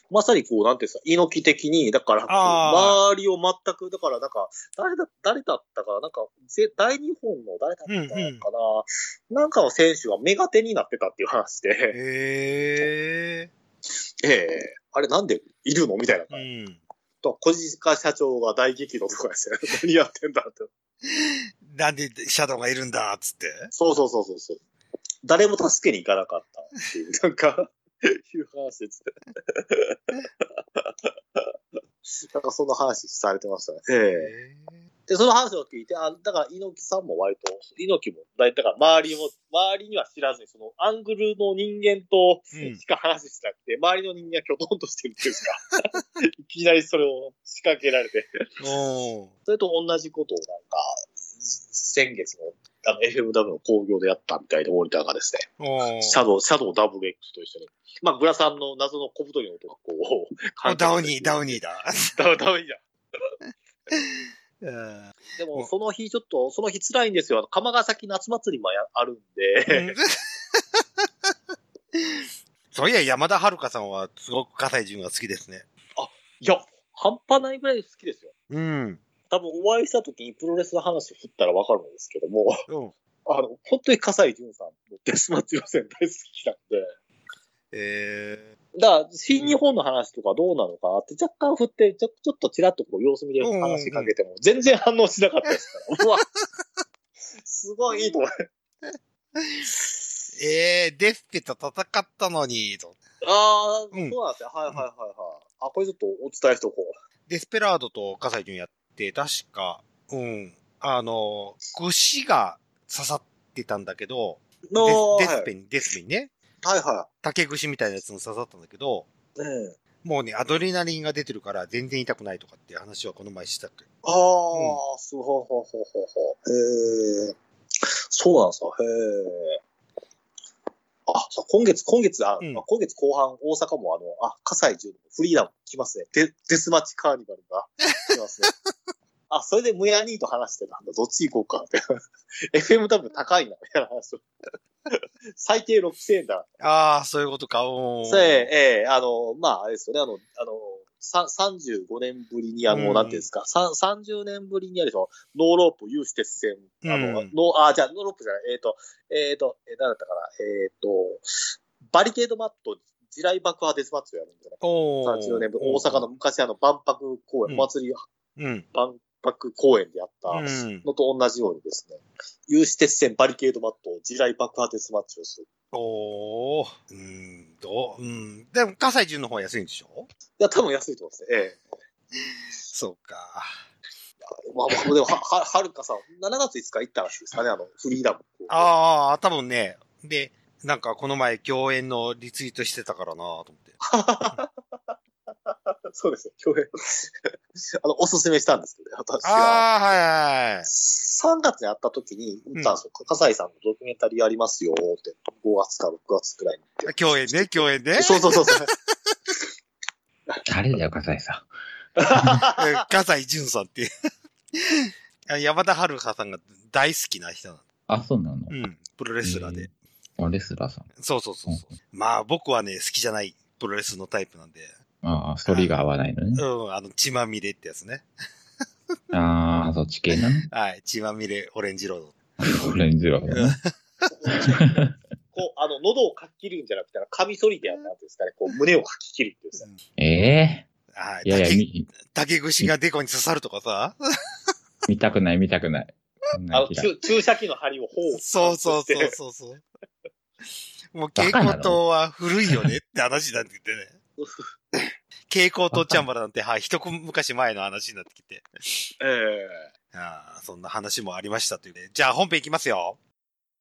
まさにこう、なんていうんですか、猪木的に、だから、あ周りを全く、だから、なんか、誰だ、誰だったかな、なんか、ぜ大日本の誰だったかな、うんうんなんかの選手がメガテになってたっていう話で、へええあれなんでいるのみたいな。え。うん。と、小塚社長が大激怒とかですね、 [LAUGHS] 何やってんだって。なんでシャドウがいるんだっつって。そうそうそうそうそう。誰も助けに行かなかったっていう、なんか、いう話 [LAUGHS] です。なんかそんな話されてましたね。ええで、その話を聞いて、あ、だから猪木さんも割と、猪木も、だいだから周りも、周りには知らずに、そのアングルの人間とうんしか話してなくて、周りの人間はきょとんとしてるっていうか、 [LAUGHS] いきなりそれを仕掛けられて、おーそれと同じことをなんか、先月のあの FMW の興行でやったみたいで、モニターがですね、おーシャドウ、シャドウ WX と一緒に、まあ、グラさんの謎の小太りの音がこおう、ダウニー、ダウニニーだ。ー。ダウダウニーだ。 [LAUGHS] うんでうも、んその日、ちょっと、その日辛いんですよ。あの釜ヶ崎夏祭りもやあるんで、 [LAUGHS] そういや、山田遥さんはすごく葛西潤が好きですね。いや、半端ないぐらい好きですよ。うん。多分、お会いした時にプロレスの話振ったらわかるんですけども、うん。あの、本当に笠井淳さんのデスマッチ予選大好きなんで、えだから、新日本の話とかどうなのかなって若干振って、ちょちょっとちらっとこう様子見で話しかけても、全然反応しなかったですから。うわすごいいいと思う。ー、えー、デスペと戦ったのに、と。ああ、そううなんんですね。はいはいはいはい。あ、これちょっとお伝えしとこう。デスペラードと葛西潤やって、確か、うん。あの、串が刺さってたんだけど、デのスデスペに、デスペにね、はいは竹串みたいなやつに刺さったんだけど、い。うん。もうね、アドレナリンが出てるから全然痛くないとかっていう話はこの前したっけああ、すごい、ほうほうほうほう。へえ。そうなんですか、へえ。あ、そう今月、今月、あ、うんまあ今月後半、大阪も、あの、あ、葛西純のフリーダム来ますね。デデスマッチカーニバルが来ますね。 [LAUGHS] あ、それでムヤ兄と話してたんだ。どっち行こうかって。FMW 高いな、みたいな話を。 [LAUGHS] 最低6000円だ。ああ、そういうことか。おーそうええあの、まあ、あれですよね、あの、あの、さ35年ぶりに、あの、うんなんていうんですか、さ30年ぶりにあれでしょ、ノーロープ有志鉄線、あの、うんノー、あ、じゃあ、ノーロープじゃない、えっ、と、えっ、と、えー、何だったかな、えっ、と、バリケードマット、地雷爆破デスマッチをやるんじゃないおー30年ぶり、大阪の。昔あの、万博公園、うんお祭りうん。万博公園でやったうん。のと同じようにですね、有志鉄線バリケードマット、地雷爆破デスマッチをする。おー。うーん、どううん。でも、関西中の方は安いんでしょいや、多分安いと思うんですね。ええそうか。まあまあ、でもは、は、はるかさん、7月5日行ったらしいですかね、あの、フリーダム。ああ、多分ね。で、なんかこの前共演のリツイートしてたからなと思って。そうですね、共演。 [LAUGHS] あの、おすすめしたんですけど、私は。ああ、はいはいはい。 3月に会った時に、打ったんですよ。笠井さんのドキュメンタリーありますよ、って。5月か6月くらいにって。共演ね、共演ね。そうそうそうそう。誰だよ、笠井さうん笠西淳さんっていう。あ山田遥香さんが大好きな人なの。ん。あ、そうなのうん。プロレスラーで。あ、レスラーさん。そうそうそうそう。まあ僕はね、好きじゃないプロレスのタイプなんで。ああ、ストーリーが合わないのね。うん、あの、血まみれってやつね。ああ、そっち系なのはい。血まみれオレンジロード。オレンジロードね。こう、あの、喉をかき切るんじゃなくて、カミソリでやるなんていうんですかね、こう、胸をかき切るっていうですね。ええはい。いやいや、竹み竹串がデコに刺さるとかさ。見たくない、見たくない。そんなあの、ん嫌い注注射器の針を頬を。そうそうそうそうそう。もう蛍光灯は古いよねって話になってきてね。蛍光灯チャンバラなんて、はい、一昔前の話になってきて。 [LAUGHS] ええああ、そんな話もありましたというね。じゃあ本編いきますよ。